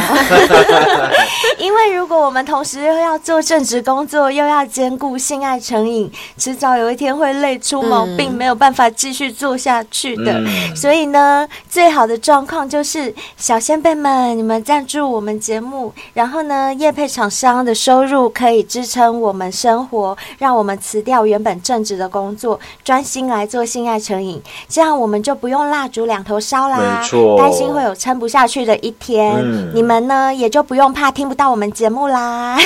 S2: 因为如果我们同时又要做正职工作，又要兼顾性爱成瘾，迟早有一天会累出毛病，没有办法继续做下去的。
S3: 嗯
S2: 所以呢，最好的状况就是小先辈们，你们赞助我们节目，然后呢，业配厂商的收入可以支撑我们生活，让我们辞掉原本正职的工作，专心来做性爱成瘾，这样我们就不用蜡烛两头烧啦，
S3: 没错
S2: 担心会有撑不下去的一天。
S3: 嗯
S2: 你们呢，也就不用怕听不到我们节目啦。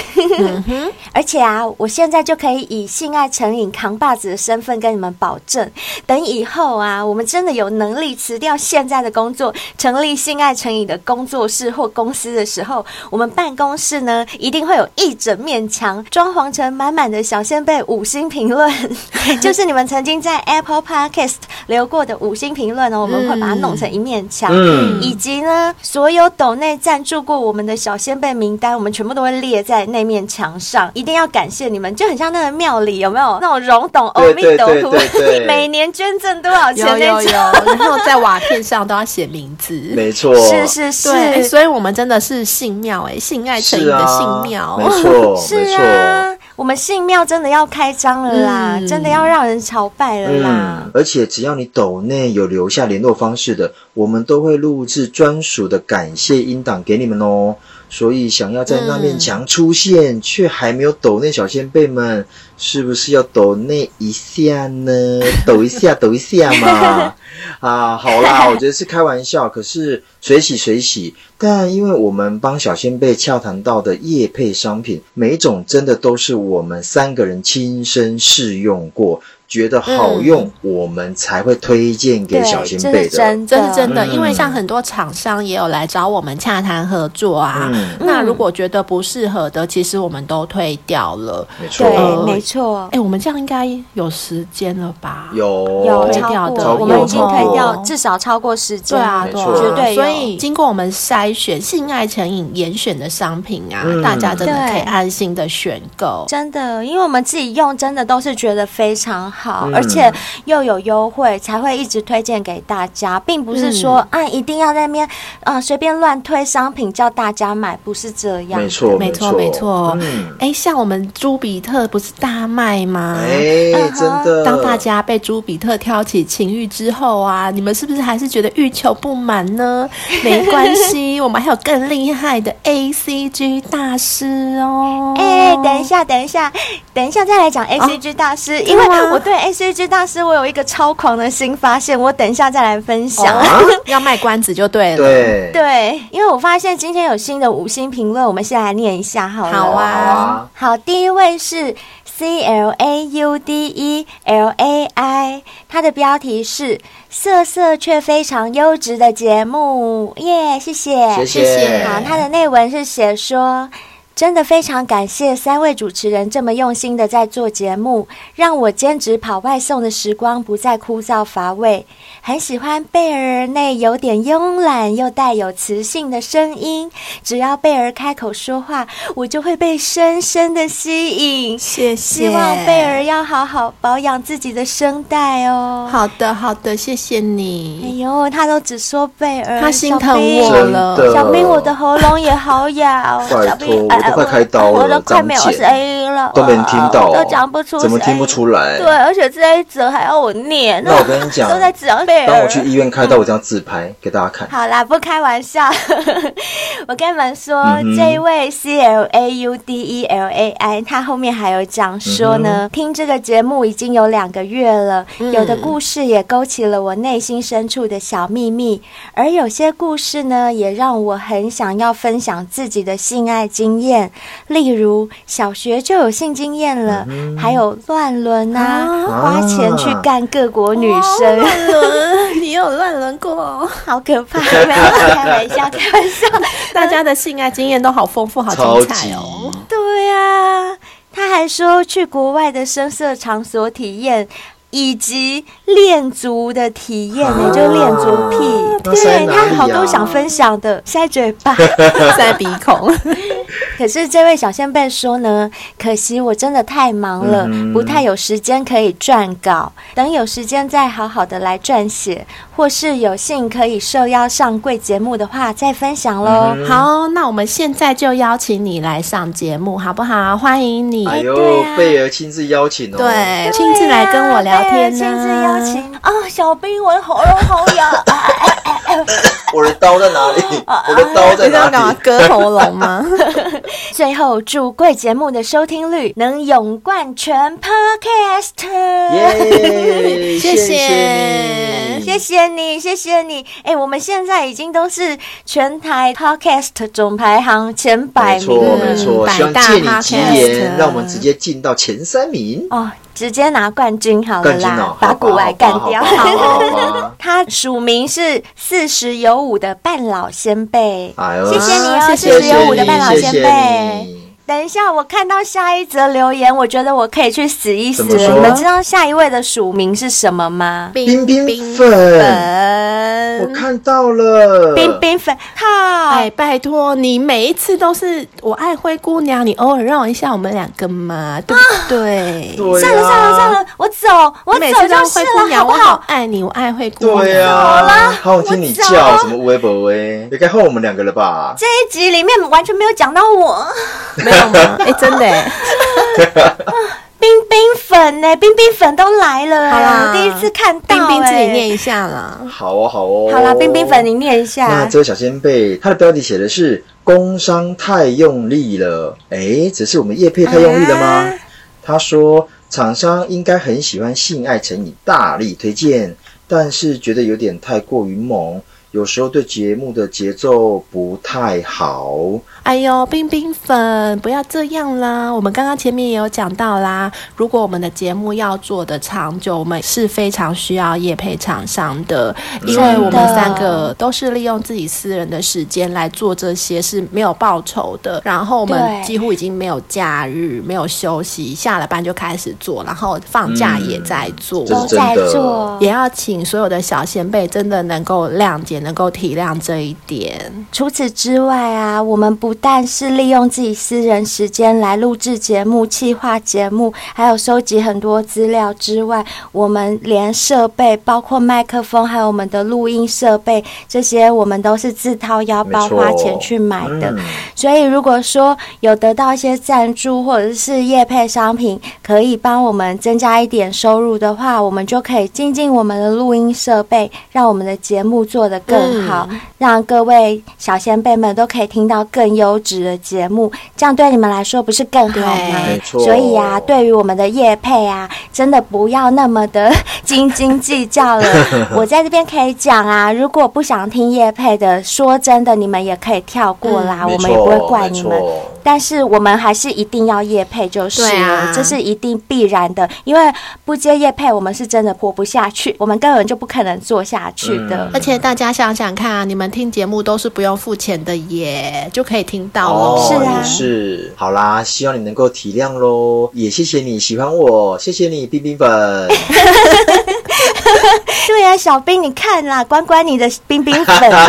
S2: 而且啊，我现在就可以以性爱成瘾扛把子的身份跟你们保证，等以后啊，我们真的有能力辞掉现在的工作，成立性爱成瘾的工作室或公司的时候，我们办公室呢一定会有一整面墙装潢成满满的小先辈五星评论，就是你们曾经在 Apple Podcast 留过的五星评论呢，我们会把它弄成一面墙。
S3: 嗯
S2: 以及呢，所有斗内赞助过我们的小先辈名单，我们全部都会列在那面墙上，一定要感谢你们，就很像那个庙里有没有那种荣董阿
S3: 对
S2: 弥陀
S3: 对
S2: 佛
S3: 对对，对
S2: 每年捐赠多少钱
S4: 有
S2: 那
S4: 有有，
S2: 种？
S4: 然后在瓦片上都要写名字。
S3: 没错，
S2: 是是是，啊
S4: 对，欸所以我们真的是信庙哎、欸，性爱成瘾
S3: 是
S4: 的信
S3: 啊，
S4: 庙，
S3: 没错，没
S2: 是
S3: 错。
S2: 啊，我们信庙真的要开张了啦，
S4: 嗯
S2: 真的要让人朝拜了啦。
S3: 嗯，而且只要你抖内有留下联络方式的，我们都会录制专属的感谢音档给你们哦。所以想要在那面墙出现，却还没有抖内小先辈们，是不是要抖内一下呢？ 抖一下，抖一下嘛。啊，好啦，我觉得是开玩笑，可是水洗水洗。但因为我们帮小先辈洽谈到的业配商品，每一种真的都是我们三个人亲身试用过，觉得好用，我们才会推荐给小先
S2: 这
S3: 辈
S2: 是
S3: 的。
S2: 真
S4: 这是真的，
S3: 嗯
S4: 因为像很多厂商也有来找我们洽谈合作啊。
S3: 嗯，
S4: 那如果觉得不适合的，其实我们都退掉了。
S3: 没错，哦
S2: 对，没错
S4: 哎、，我们这样应该有时间了吧？
S3: 有
S2: 有
S4: 推
S2: 超
S4: 掉
S2: 过，
S4: 的
S2: 我们已经
S4: 有
S2: 推掉
S4: 哦
S2: 至少超过十间
S4: 对啊，
S3: 没
S4: 对啊，
S3: 错
S2: 绝对有
S4: 所以经过我们筛选性爱成瘾严选的商品啊，
S3: 嗯
S4: 大家真的
S2: 对
S4: 可以安心的选购。
S2: 真的，因为我们自己用，真的都是觉得非常好，
S3: 嗯
S2: 而且又有优惠，才会一直推荐给大家，并不是说、啊一定要在那边啊随便乱推商品叫大家买，不是这样。
S3: 没错，
S4: 没错
S3: 错，
S4: 没错
S3: 嗯，
S4: 哎、像我们朱比特不是大卖吗？
S3: 哎，真的，
S4: 当大家被朱比特挑起情欲之后啊，你们是不是还是觉得欲求不满 呢？没关系，我们还有更厉害的 A C G 大师哦。
S2: 哎、等一下，等一下，等一下，再来讲 A C G 大师，因
S4: 真的
S2: 为
S4: 吗
S2: 我对 A C G 大师我有一个超狂的新发现，我等一下再来分享。
S4: 哦 要卖关子就对了。，
S3: 对，
S2: 对，因为我发现今天有新的五星评论，我们先来念一下好了。
S4: 好
S3: 好
S4: 啊，
S3: 啊，
S2: 好，第一位是 C L A U D E L A I，它的标题是“色色却非常优质的节目”，耶、谢哎谢。
S3: 谢
S4: 谢谢
S3: 哎
S2: 好，它的内文是写说。真的非常感谢三位主持人这么用心的在做节目，让我兼职跑外送的时光不再枯燥乏味。很喜欢贝尔那有点慵懒又带有磁性的声音，只要贝尔开口说话，我就会被深深的吸引。
S4: 谢谢。
S2: 希望贝尔要好好保养自己的声带哦。，
S4: 好的，好的，谢谢
S2: 哎
S4: 你。
S2: 呦，他都只说贝尔，
S4: 他心
S2: 小
S4: 疼
S2: 贝
S4: 我
S3: 真
S4: 了
S3: 的，，
S2: 小兵，我的喉咙也好哑哦
S3: 拜
S2: 小兵，
S3: 托我都快开刀了
S2: 我都快没有
S3: 张姐
S2: 声音了，
S3: 都没人听到哦
S2: 我都讲不出，
S3: 怎么听不？出来？
S2: 对，而且这一折还要我念，
S3: 那我跟你讲
S2: 都在讲贝尔。
S3: 当我去医院开刀，我这样自拍给大家看。
S2: 好啦，不开玩笑， 我跟你们说，
S3: 嗯哼
S2: 这一位 C L A U D E L A I，他后面还有讲说
S3: 嗯
S2: 呢，听这个节目已经有两个月了，有的故事也勾起了我内心深处的小秘密，而有些故事呢，也让我很想要分享自己的性爱经验，例如小学就有性经验了，
S3: 嗯
S2: 还有乱伦啊，花钱去干各国女生。
S4: 乱伦，你有乱伦过？
S2: 好可怕！没有开玩笑，开玩笑。
S4: 大家的性爱经验都好丰富，好
S3: 超级
S4: 精彩哦。
S2: 对呀、他还说去国外的声色场所体验。以及恋足的体验，
S3: 啊
S2: 也就恋足癖，
S3: 那塞
S2: 对
S3: 哪里
S2: 他
S3: 啊
S2: 好多想分享的，塞嘴 巴。
S4: 塞鼻孔，
S2: 可是这位小先辈说呢，可惜我真的太忙了，
S3: 嗯哼
S2: 不太有时间可以撰稿，等有时间再好好的来撰写，或是有幸可以受邀上贵节目的话，再分享
S3: 嗯
S2: 喽。
S4: 好，那我们现在就邀请你来上节目，好不好？欢迎你，
S3: 哎
S2: 对
S3: 呦，
S2: 啊
S3: 贝尔亲自邀请哦。
S4: 对，亲自来跟我聊天呢，
S2: 对啊亲自邀 请啊、小兵，我的喉咙好痒。 啊
S3: 我的刀在哪里？ 我的刀在
S4: 你知道干
S3: 哪
S4: 嘛
S3: 里？
S4: 割喉咙吗？
S2: 最后，祝贵节目的收听率能勇冠全 Podcast。
S3: 耶！
S4: 谢谢
S3: 谢你
S2: 谢谢你，谢谢你。哎、我们现在已经都是全台 Podcast 总排行前百名
S3: 没错，
S2: 了
S3: 没错，
S4: 嗯
S3: 希望借你吉
S4: 百大 podcast
S3: 言，让我们直接进到前三名，
S2: 哦，直接拿冠军好了
S3: 冠军
S2: 啦，
S3: 哦，
S2: 把古癌干掉。
S3: 好吧好吧好吧好吧
S2: 他署名是四十有五的半老先辈，
S3: 哎呦
S2: 谢谢你哦，
S4: 啊
S2: 四十
S3: 谢
S2: 有五
S3: 谢
S2: 的
S3: 你
S2: 半老
S3: 谢
S2: 先
S3: 谢
S2: 辈。
S3: 你
S2: 等一下，我看到下一则留言，我觉得我可以去死一死
S3: 怎么
S2: 了。
S3: 说
S2: 你们知道下一位的署名是什么吗？
S3: 冰冰粉，我
S4: 粉。
S3: 看到了，
S2: 冰冰粉，靠！
S4: 哎，拜托你每一次都是我爱灰姑娘，你偶尔让我一下我们两个嘛，对不对？
S3: 对啊，
S2: 算了算了算了，我走，我
S4: 你每
S2: 走
S4: 次
S2: 就
S4: 都
S2: 是
S4: 灰姑
S2: 了，
S4: 娘，
S2: 好不
S4: 我好
S2: 好？
S4: 爱你，我爱灰姑娘。
S3: 对呀、啊，好想听你
S2: 我走
S3: 叫什么微博微，也该换我们两个了吧？
S2: 这一集里面完全没有讲到我，
S4: 没有吗？哎、真的、哎
S2: 冰冰粉呢、冰冰粉都来了、哎
S4: 好啦
S2: 我第一次看到、
S4: 冰冰自己
S2: 哎
S4: 念一下啦。
S3: 好哦，好哦。
S2: 好啦，冰冰粉，你念一
S3: 那
S2: 下。
S3: 这位小先辈，他的标题写的是“工商太用力了”，哎，只是我们叶配太用力了吗？
S2: 啊
S3: 他说，厂商应该很喜欢性爱成瘾，大力推荐，但是觉得有点太过于猛，有有时候对节目的节奏不太好。
S4: 哎呦，冰冰粉，不要这样啦！我们刚刚前面也有讲到啦，如果我们的节目要做的长久，我们是非常需要业配厂商的，因为我们三个都是利用自己私人的时间来做这些是没有报酬的，然后我们
S2: 对
S4: 几乎已经没有假日、没有休息，下了班就开始做，然后放假也在做，
S3: 这是
S2: 都
S3: 真
S2: 在
S3: 的
S2: 哦做，
S4: 也要请所有的小先辈真的能够谅解、能够体谅这一点。
S2: 除此之外啊，我们不但是利用自己私人时间来录制节目、企划节目，还有收集很多资料之外，我们连设备，包括麦克风，还有我们的录音设备，这些我们都是自掏腰包
S3: 没错
S2: 花钱去买的。
S3: 嗯
S2: 所以，如果说有得到一些赞助或者是业配商品，可以帮我们增加一点收入的话，我们就可以精进我们的录音设备，让我们的节目做得更好，
S3: 嗯
S2: 让各位小先辈们都可以听到更优质的节目，这样对你们来说不是更好吗
S4: 对
S3: 没？错
S2: 所以啊，对于我们的业配啊，真的不要那么的斤斤计较了。 我在这边可以讲啊，如果不想听业配的，说真的，你们也可以跳过啦，
S3: 没
S2: 啊我们
S3: 错
S2: 也不会怪你
S3: 没
S2: 们。
S3: 错
S2: 但是我们还是一定要业配就是
S4: 对
S2: 了，
S4: 啊
S2: 这是一定必然的，因为不接业配，我们是真的活不下去，我们根本就不可能做下去
S3: 嗯
S2: 的。
S4: 而且大家想想看啊，你们听节目都是不用付钱的耶，就可以听到了。
S3: 哦，
S2: 是啊
S3: 也是。好啦，希望你能够体谅喽，也谢谢你喜欢我，谢谢你，冰 冰粉。
S2: 对啊，小兵，你看啦，管管你的冰冰粉啊 啦，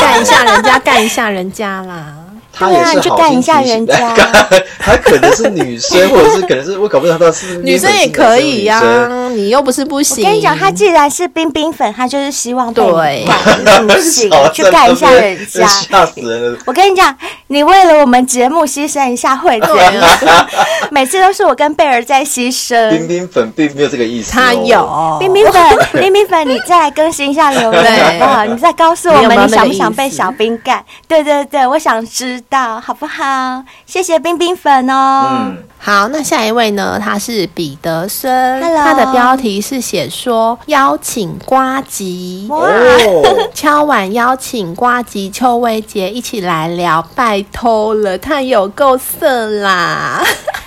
S4: 干一下人家，干一下人家啦。
S3: 他也
S2: 对
S3: 是
S2: 啊你去
S3: 好
S2: 干
S3: 心
S2: 一下
S3: 提醒
S2: 人家
S3: 他可能是 女生，或者是可能是我搞不懂他到底是不是
S4: 女生也可以呀、
S3: 男
S2: 啊
S3: 生
S4: 你又不是不
S2: 我
S4: 行。
S2: 跟你讲，他既然是冰冰粉，他就是希望被
S4: 对
S2: 你干， 不行
S3: 女 生，。
S2: 去干一下人家
S3: 吓死人了。
S2: 我跟你讲，你为了我们节目牺牲一下会怎样？ 每次都是我跟贝儿在牺
S3: 冰
S2: 牲。
S3: 冰粉并没有这个意思、哦，
S4: 他有
S2: 冰，冰 粉，冰冰粉，你再来更新一下留言
S4: 对
S2: 好不好？你再告诉我
S4: 你有没
S2: 们
S4: 有
S2: 你想不
S4: 那个
S2: 想被
S4: 意思
S2: 小兵干？对对对，我想知道，好不好？谢谢冰冰粉哦。
S3: 嗯，
S4: 好，那下一位呢？他是彼得森
S2: Hello
S4: 他的标题是写说邀请瓜吉。
S2: 哇
S3: 哦，
S4: 敲碗邀请瓜吉、邱威杰一起来聊，拜托了，太有够色啦！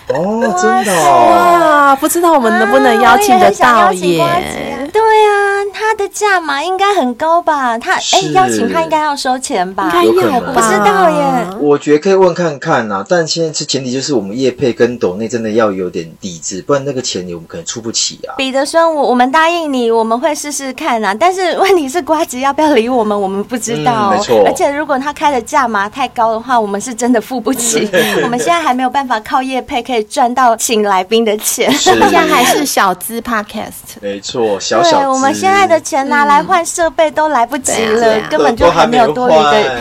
S3: 哦，真的、哦，
S4: 哇，啊不知道我们能不能
S2: 啊
S4: 邀请
S2: 我也
S4: 得
S2: 很想
S4: 到
S2: 邀请
S4: 耶？
S2: 瓜子啊对啊，他的价码应该很高吧？他哎
S3: 是，
S2: 邀请他应该要收钱吧？
S4: 应
S3: 有
S4: 该
S3: 可
S4: 要
S3: 能
S4: 吧？
S2: 不知道耶
S3: 我觉得可以问看看呐、啊，但现在是前提就是我们叶配跟抖内真的要有点底子，不然那个钱我们可能出不起啊。
S2: 彼得说：“我我们答应你，我们会试试看啊。但是问题是，瓜吉要不要理我们，我们不知道、
S3: 嗯没错
S2: 而且如果他开的价码太高的话，我们是真的付不 起。我们现在还没有办法靠业配可以赚到请来宾的钱。
S3: 是，
S4: 大家还是小资 podcast。
S3: 没错，小小
S2: 对，我们
S3: 资
S2: 现在的钱拿来换设备都来不及
S4: 嗯
S2: 了，
S4: 对啊对啊
S2: 根本就
S3: 都还
S2: 没有多余的，
S3: 换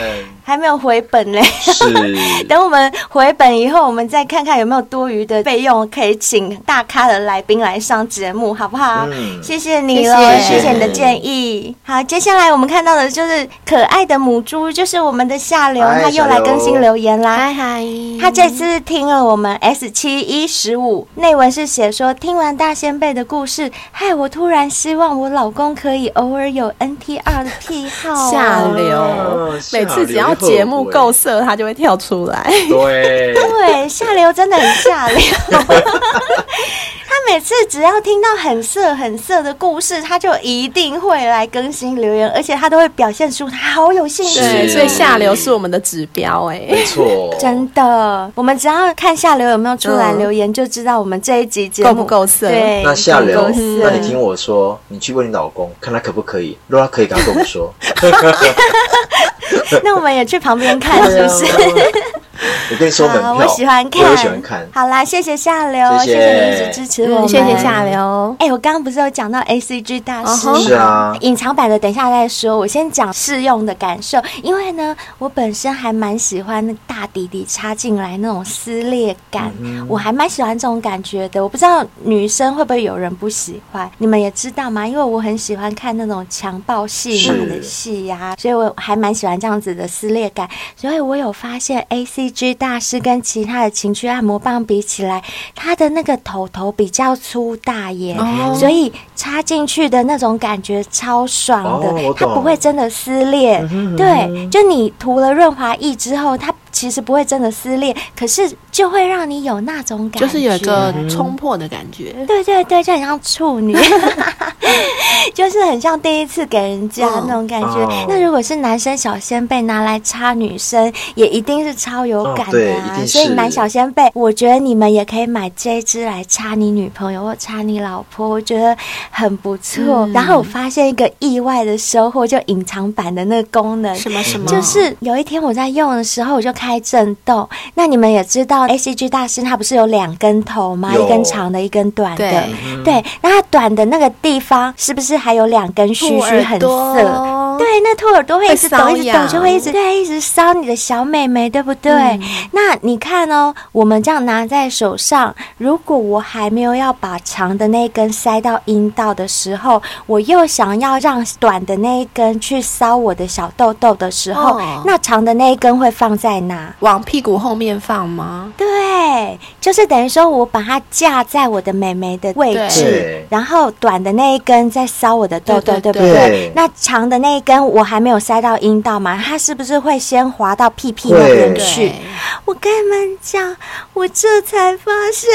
S2: 还没有回本嘞。”。
S3: 是
S2: 等我们回本以后，我们再看看有没有多余的费用可以请大咖的来宾来上节目，好不好？
S3: 嗯
S2: 谢谢你喽，
S4: 谢
S2: 谢
S4: 谢
S2: 谢你的建议。好，接下来我们看到的就是可爱的母猪，就是我们的下流，
S3: 嗨
S2: 它又来
S3: 下流
S2: 更新留言啦。
S4: 嗨嗨，
S2: 他这次听了我们 S 七一十五内文是写说，听完大先辈的故事，害我突然希望我老公可以偶尔有 NTR 的癖好、啊。
S4: 下流
S3: 哦，
S4: 每次只要节目够色，他就会跳出来。
S3: 对，
S2: 对，下流真的很下 流。他每次只要听到很色很色的故事，他就一定会来更新留言，而且他都会表现出他好有兴趣。
S4: 对，
S3: 是
S4: 所以下流是我们的指标哎。
S3: 没错，
S2: 真的，我们只要看下流有没有出来
S4: 嗯
S2: 留言，就知道我们这一集节目
S4: 够不够色
S2: 对，
S3: 那下流
S2: 够不够，色
S3: 那你听我说，你去问你老公，看他可不可以。如果他可以，赶快跟我们说。
S2: 那我们也去旁边看，是不是？
S3: 啊 我跟你说门
S2: 好，
S3: 票，
S2: 我喜欢看，
S3: 我也喜欢看。
S2: 好啦，谢谢下流，
S3: 谢谢
S2: 你一直支持我们，
S4: 嗯，谢谢下流。
S2: 哎、我刚刚不是有讲到 A C G 大师
S4: 嗯
S2: 吗？
S4: 哼
S3: 是啊
S2: 隐藏版的等一下再说，我先讲试用的感受，因为呢，我本身还蛮喜欢那大底底插进来那种撕裂感，
S3: 嗯
S2: 我还蛮喜欢这种感觉的。我不知道女生会不会有人不喜欢，你们也知道吗？因为我很喜欢看那种强暴戏码的啊
S3: 是
S2: 戏呀、所以我还蛮喜欢这样子的撕裂感。所以我有发现 A C G 大师跟其他的情趣按摩棒比起来，它的那个头头比较粗大耶，
S4: 哦
S2: 所以插进去的那种感觉超爽的，
S3: 哦我
S2: 它
S3: 懂嗯
S2: 不会真的撕裂。对，就你涂了润滑液之后，它其实不会真的撕裂，可是就会让你有那种感觉，
S4: 就是有一个冲破的感觉。
S2: 对对对，就很像处 女，就是很像第一次给人家
S4: 嗯
S2: 那种感觉。
S3: 哦
S2: 那如果是男生小仙贝拿来插女生，也一定是超有
S3: 哦
S2: 感
S3: 对
S2: 的、
S3: 一
S2: 啊
S3: 定
S2: 所以
S3: 是
S2: 男小仙贝，我觉得你们也可以买这一支来插你女朋友或插你老婆，我觉得很不错。
S4: 嗯
S2: 然后我发现一个意外的收获，就隐藏版的那个功能，
S4: 什么什么，
S2: 就是有一天我在用的时候，我就开震动。那你们也知道，A C G 大师他不是有两根头吗？
S3: 有
S2: 一根长的，一根短的。
S4: 对
S2: 对那它短的那个地方是不是还有两根须
S4: 兔
S2: 须
S4: 耳
S2: 很
S4: 朵
S2: 涩？对，那兔耳朵会一直抖，
S4: 会瘙
S2: 一直抖，
S4: 痒
S2: 就会一直对，一直搔你的小美眉，对不对？那你看哦，我们这样拿在手上，如果我还没有要把长的那一根塞到阴道的时候，我又想要让短的那一根去搔我的小豆豆的时候，
S4: 哦
S2: 那长的那一根会放在哪？
S4: 往屁股后面放吗？
S2: 对，就是等于说我把它架在我的美眉的位置
S3: 对，
S2: 然后短的那一根在搔我的痘痘，
S4: 对
S2: 对
S4: 对
S2: 不对？
S3: 对
S2: 那长的那一根我还没有塞到阴道嘛，它是不是会先滑到屁屁那边
S3: 对
S2: 去？我跟你们讲，我这才发现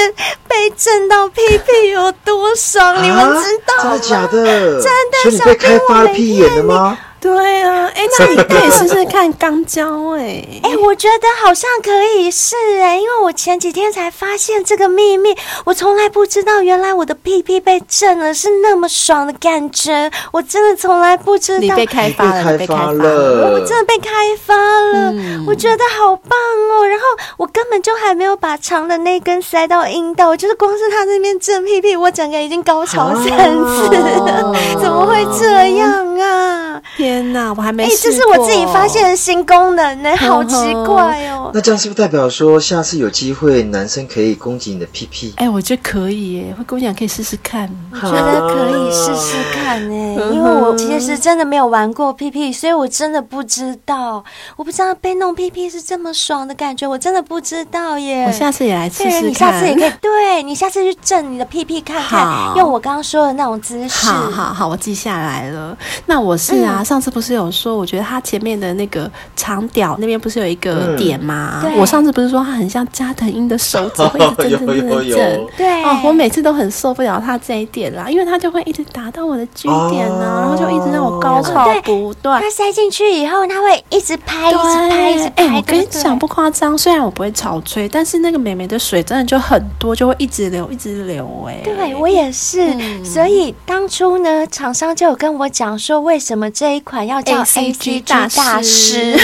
S2: 被震到屁屁有多爽，你们知道
S3: 啊真
S2: 吗？
S3: 的假的？真
S2: 的
S3: 所以你
S2: 小
S3: 被
S2: 兵
S3: 开发
S2: 我
S3: 了
S2: 没
S3: 屁眼了吗？
S4: 对啊，哎，那你可以试试看肛交哎、
S2: 哎、我觉得好像可以是哎、因为我前几天才发现这个秘密，我从来不知道，原来我的屁屁被震了是那么爽的感觉，我真的从来不知
S4: 你
S2: 道。
S4: 被开发了，
S3: 你
S4: 你
S3: 被
S4: 被
S3: 开
S4: 开
S3: 发
S4: 发
S3: 了
S2: 我真的被开发了，
S4: 嗯
S2: 我觉得好棒哦！然后我根本就还没有把长的那根塞到阴道，就是光是他那边震屁屁，我整个已经高
S4: 啊
S2: 潮三次了，怎么会这样啊？
S4: 天哪，我还没
S2: 哎、
S4: 试
S2: 这
S4: 过。
S2: 是我自己发现的新功能呢、好奇怪哦！
S3: 那这样是不是代表说，下次有机会男生可以攻击你的屁屁？
S4: 哎、我觉得可以耶，灰姑娘可以试试看。
S2: 我觉得可以试试看呢、因为我其实真的没有玩过 PP，所以我真的不知道，我不知道被弄 PP 是这么爽的感觉，我真的不知道耶。
S4: 我下次也来试
S2: 对
S4: 试看。
S2: 你下次也可以，对你下次去震你的屁屁看看，
S4: 好
S2: 用我刚刚说的那种姿势。
S4: 好好好，我记下来了。那我是
S2: 嗯
S4: 啊，上次不是有说，我觉得它前面的那个长屌那边不是有一
S3: 嗯
S4: 个点吗？
S2: 对
S4: 我上次不是说它很像加藤鹰的手指，会一直震震
S3: 有有
S4: 震
S3: 有
S4: 震。
S2: 对，
S4: 哦，我每次都很受不了它这一点啦，因为它就会一直打到我的 G 点
S3: 哦
S4: 啊，然后就一直让我高潮
S2: 哦对
S4: 不断。
S2: 它塞进去以后，它会一直拍，一
S4: 对，
S2: 直拍，一直
S4: 哎、
S2: 拍。
S4: 我跟你
S2: 对对
S4: 讲不夸张，虽然我不会潮吹，但是那个美眉的水真的就很多，就会一直流，一直流、哎，
S2: 对我也是，所以当初呢，厂商就有跟我讲说，为什么这一款要叫 A C
S4: ACG
S2: G 大
S4: 大
S2: 师
S4: 师，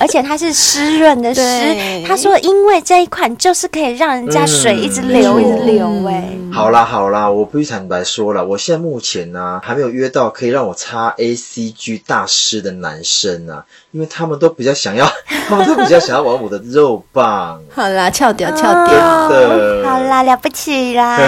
S2: 而且它是湿润的湿
S4: 对。
S2: 他说，因为这一款就是可以让人家水一直流，
S3: 嗯
S2: 一直流、
S4: 嗯
S2: 哎、
S3: 好啦好啦，我必须坦白说了，我现在目前呢、还没有约到可以让我插 A C G 大师的男生啊，因为他们都比较想 要，他们都比较想要玩我的肉棒。
S4: 好啦，翘掉，翘掉。
S2: 哦
S3: 真的
S2: 好啦，了不起啦！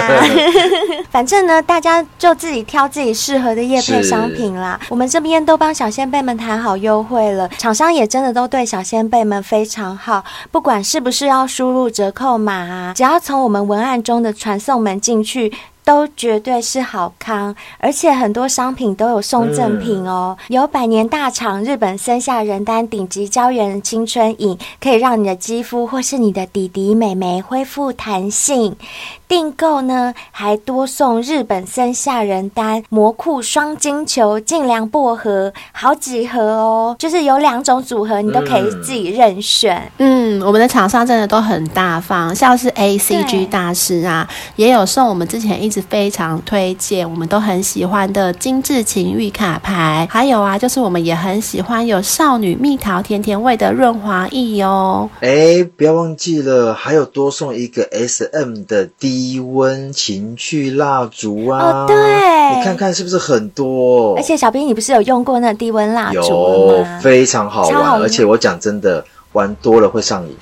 S2: 反正呢，大家就自己挑自己适合的夜配
S3: 是
S2: 商品啦。我们这边都帮小先辈们谈好优惠了，厂商也真的都对小先辈们非常好，不管是不是要输入折扣码啊，只要从我们文案中的传送门进去。都绝对是好康，而且很多商品都有送赠品哦，有百年大厂日本森下仁丹顶级胶原青春饮，可以让你的肌肤或是你的弟弟妹妹恢复弹性。订购呢，还多送日本森下仁丹魔库双金球净凉薄荷好几盒哦，就是有两种组合，你都可以自己任选。
S3: 哦
S4: 嗯，我们的厂商真的都很大方，像是 A
S2: 对
S4: C G 大师啊，也有送我们之前一直非常推荐，我们都很喜欢的精致情欲卡牌，还有啊，就是我们也很喜欢有少女蜜桃甜甜味的润滑液哦。
S3: 哎，不要忘记了，还有多送一个 S M 的低温情趣蜡烛啊！
S2: 哦对
S3: 你看看是不是很多？
S2: 而且小兵，你不是有用过那低温蜡烛了
S3: 有
S2: 吗？
S3: 非常好
S2: 超
S3: 玩，
S2: 好用
S3: 而且我讲真的，玩多了会上瘾，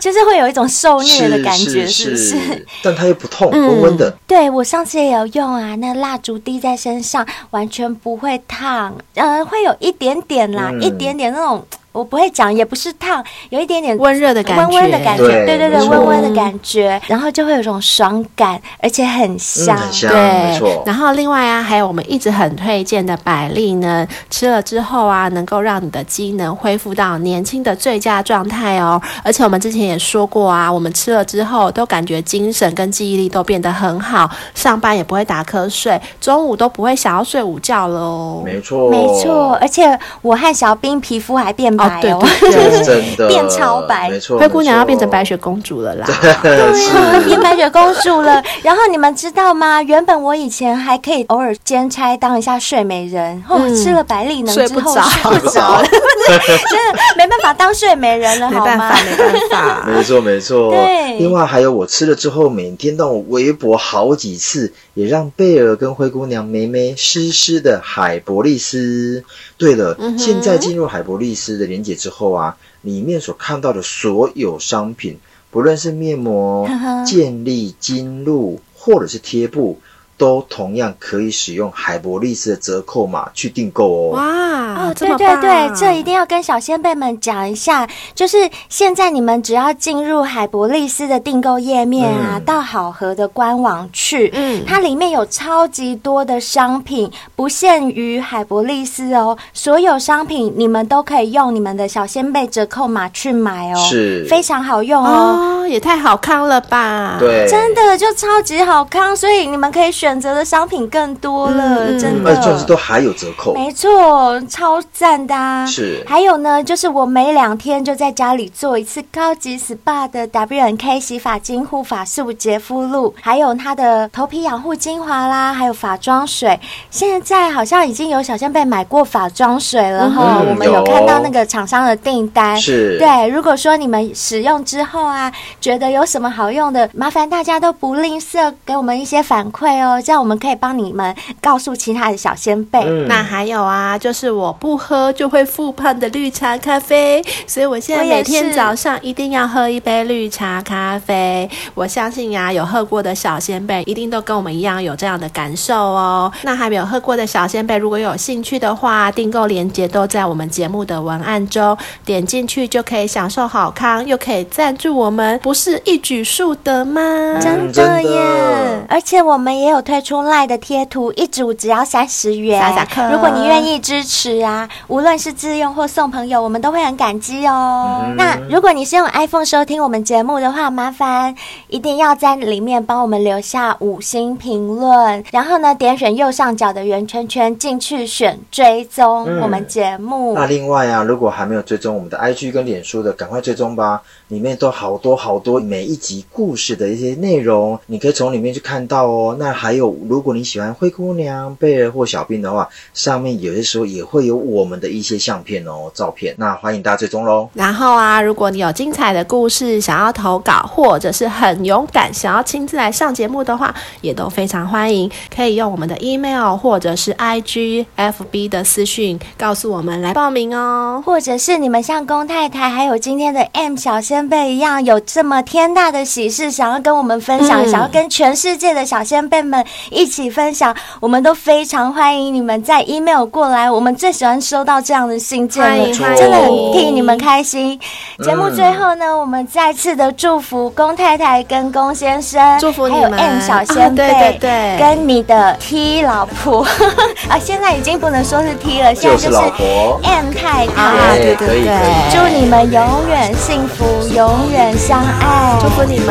S2: 就是会有一种受虐的感觉，
S3: 是
S2: 不是？嗯
S3: 但它又不痛，温温的。
S2: 对我上次也有用啊，那蜡烛滴呃在身上完全不会烫，嗯、会有一点点啦，
S3: 嗯
S2: 一点点那种我不会讲，也不是烫，有一点点
S4: 温热的感觉，
S2: 温温的感觉，对
S3: 对
S2: 对
S3: 没
S2: 对，
S3: 错
S2: 温温的感觉，然后就会有一种爽感，而且很香。
S3: 嗯，很香，
S4: 对，
S3: 没错。
S4: 然后另外啊，还有我们一直很推荐的百利呢，吃了之后啊，能够让你的机能恢复到年轻的最佳状态哦。而且我们之前也说过啊，我们吃了之后都感觉精神跟记忆力都变得很好，上班也不会打瞌睡，中午都不会想要睡午觉了哦。
S3: 没错，
S2: 没错，，而且我和小冰皮肤还变白
S4: 对
S2: 哦，
S4: 对
S3: 这是真 的
S2: 变超白
S3: 没错，
S4: 灰姑娘要变成白
S3: 雪，
S4: 雪公主了啦。
S2: 对啊，变白雪公主了。然后你们知道吗？原本我以前还可以偶尔兼差当一下睡美人，哦，
S4: 嗯
S2: 吃了百利能
S5: 睡
S2: 之
S5: 不
S2: 后
S5: 着
S2: 睡不 着， 真的没办法当睡美人了，
S5: 没
S2: 好
S5: 办
S2: 吗
S5: 法，？没办法，
S3: 没错没错。
S2: 对
S3: 另外还有我吃了之后，每天让我微博好几次，也让贝尔跟灰姑娘梅梅湿湿的海博利斯。对了，
S4: 嗯哼
S3: 现在进入海博利斯的连接之后啊，里面所看到的所有商品，不论是 面膜
S2: 呵呵、
S3: 健力金露或者是贴布。都同样可以使用海博利斯的折扣码去订购哦。
S4: 哇，
S2: 哦，
S4: 啊这
S2: 对
S4: 么
S2: 对
S4: 棒
S2: 对，这一定要跟小先辈们讲一下，就是现在你们只要进入海博利斯的订购页面啊，
S3: 嗯
S2: 到好和的官网去，
S4: 嗯
S2: 它里面有超级多的商品，不限于海博利斯哦，所有商品你们都可以用你们的小先辈折扣码去买哦，
S3: 是
S2: 非常好用哦。
S4: 哦，也太好看了吧？。
S3: 对，
S2: 真的就超级好康，所以你们可以选择的商品更多了，
S4: 嗯嗯
S2: 真的。
S3: 而且重点是都还有折扣。
S2: 没错，超赞的、啊。
S3: 是
S2: 还有呢，就是我每两天就在家里做一次高级 SPA 的 W N K 洗发精护发素洁肤露，还有它的头皮养护精华啦，还有发妆水。现在好像已经有小仙贝买过发妆水了哈、
S3: 嗯
S2: 我们有
S3: 有
S2: 看到那个厂商的订单。
S3: 是，
S2: 对，如果说你们使用之后啊，觉得有什么好用的，麻烦大家都不吝啬给我们一些反馈哦，这样我们可以帮你们告诉其他的小先贝。
S3: 嗯
S4: 那还有啊，就是我不喝就会复胖的绿茶咖啡，所以我现在
S2: 我也
S4: 每天
S2: 是
S4: 早上一定要喝一杯绿茶咖啡。我相信呀、有喝过的小先辈一定都跟我们一样有这样的感受哦。那还没有喝过的小先辈，如果有兴趣的话，订购链接都在我们节目的文案中，点进去就可以享受好康，又可以赞助我们，不是一举数得吗？
S2: 真的
S3: 嗯真
S2: 耶！
S3: 的
S2: 而且我们也有推出赖的贴图，一组只要三十元。
S4: 撒撒克
S2: 如果你愿意支持啊，无论是自用或送朋友，我们都会很感激哦。
S3: 嗯
S2: 那如果你是用 iPhone 收听我们节目的话，麻烦一定要在里面帮我们留下五星评论，然后呢，点选右上角的圆圈圈进去选追踪
S3: 嗯
S2: 我们节目。
S3: 那另外啊，如果还没有追踪我们的 IG 跟脸书的，赶快追踪吧！里面都好多好多每一集故事的一些内容，你可以从里面去看到哦。那还有，如果你喜欢灰姑娘、贝尔或小兵的话，上面有些时候也会有我们的一些相片哦、照片。那欢迎大家追踪喽！
S4: 然后啊，如果你有精彩的故事想要投稿，或者是很勇敢想要亲自来上节目的话，也都非常欢迎，可以用我们的 email 或者是 IG、FB 的私讯告诉我们来报名哦。
S2: 或者是你们像龚太太，还有今天的 M 小先辈一样，有这么天大的喜事想要跟我们分享，
S4: 嗯
S2: 想要跟全世界的小先辈们一起分享，我们都非常欢迎你们在 email 过来，我们最喜欢收到这样的信件
S4: 欢
S2: 了
S4: 迎，
S3: 欢迎
S2: 真的很替你们开心。节目
S3: 嗯
S2: 最后呢，我们再次的祝福龚太太跟龚先生，
S4: 祝福你
S2: 还有
S4: 们
S2: M 小先辈，
S4: 啊对对对
S2: 跟你的 T 老婆 啊，现在已经不能说是 T 了，现在
S3: 就
S2: 就是是
S3: 老婆
S2: M 太太。
S4: 啊
S3: 耶哎
S4: 对对
S3: 可以
S4: 对
S3: 可
S2: 祝你们永远幸福，永远相爱。
S4: 祝福你们，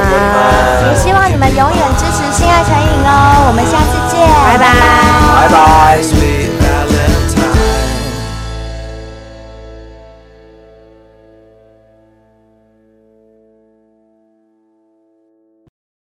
S2: 也希望你们永远支持性爱成瘾哦。我们下次见，
S4: 拜拜
S3: 以，拜拜。
S1: Sweet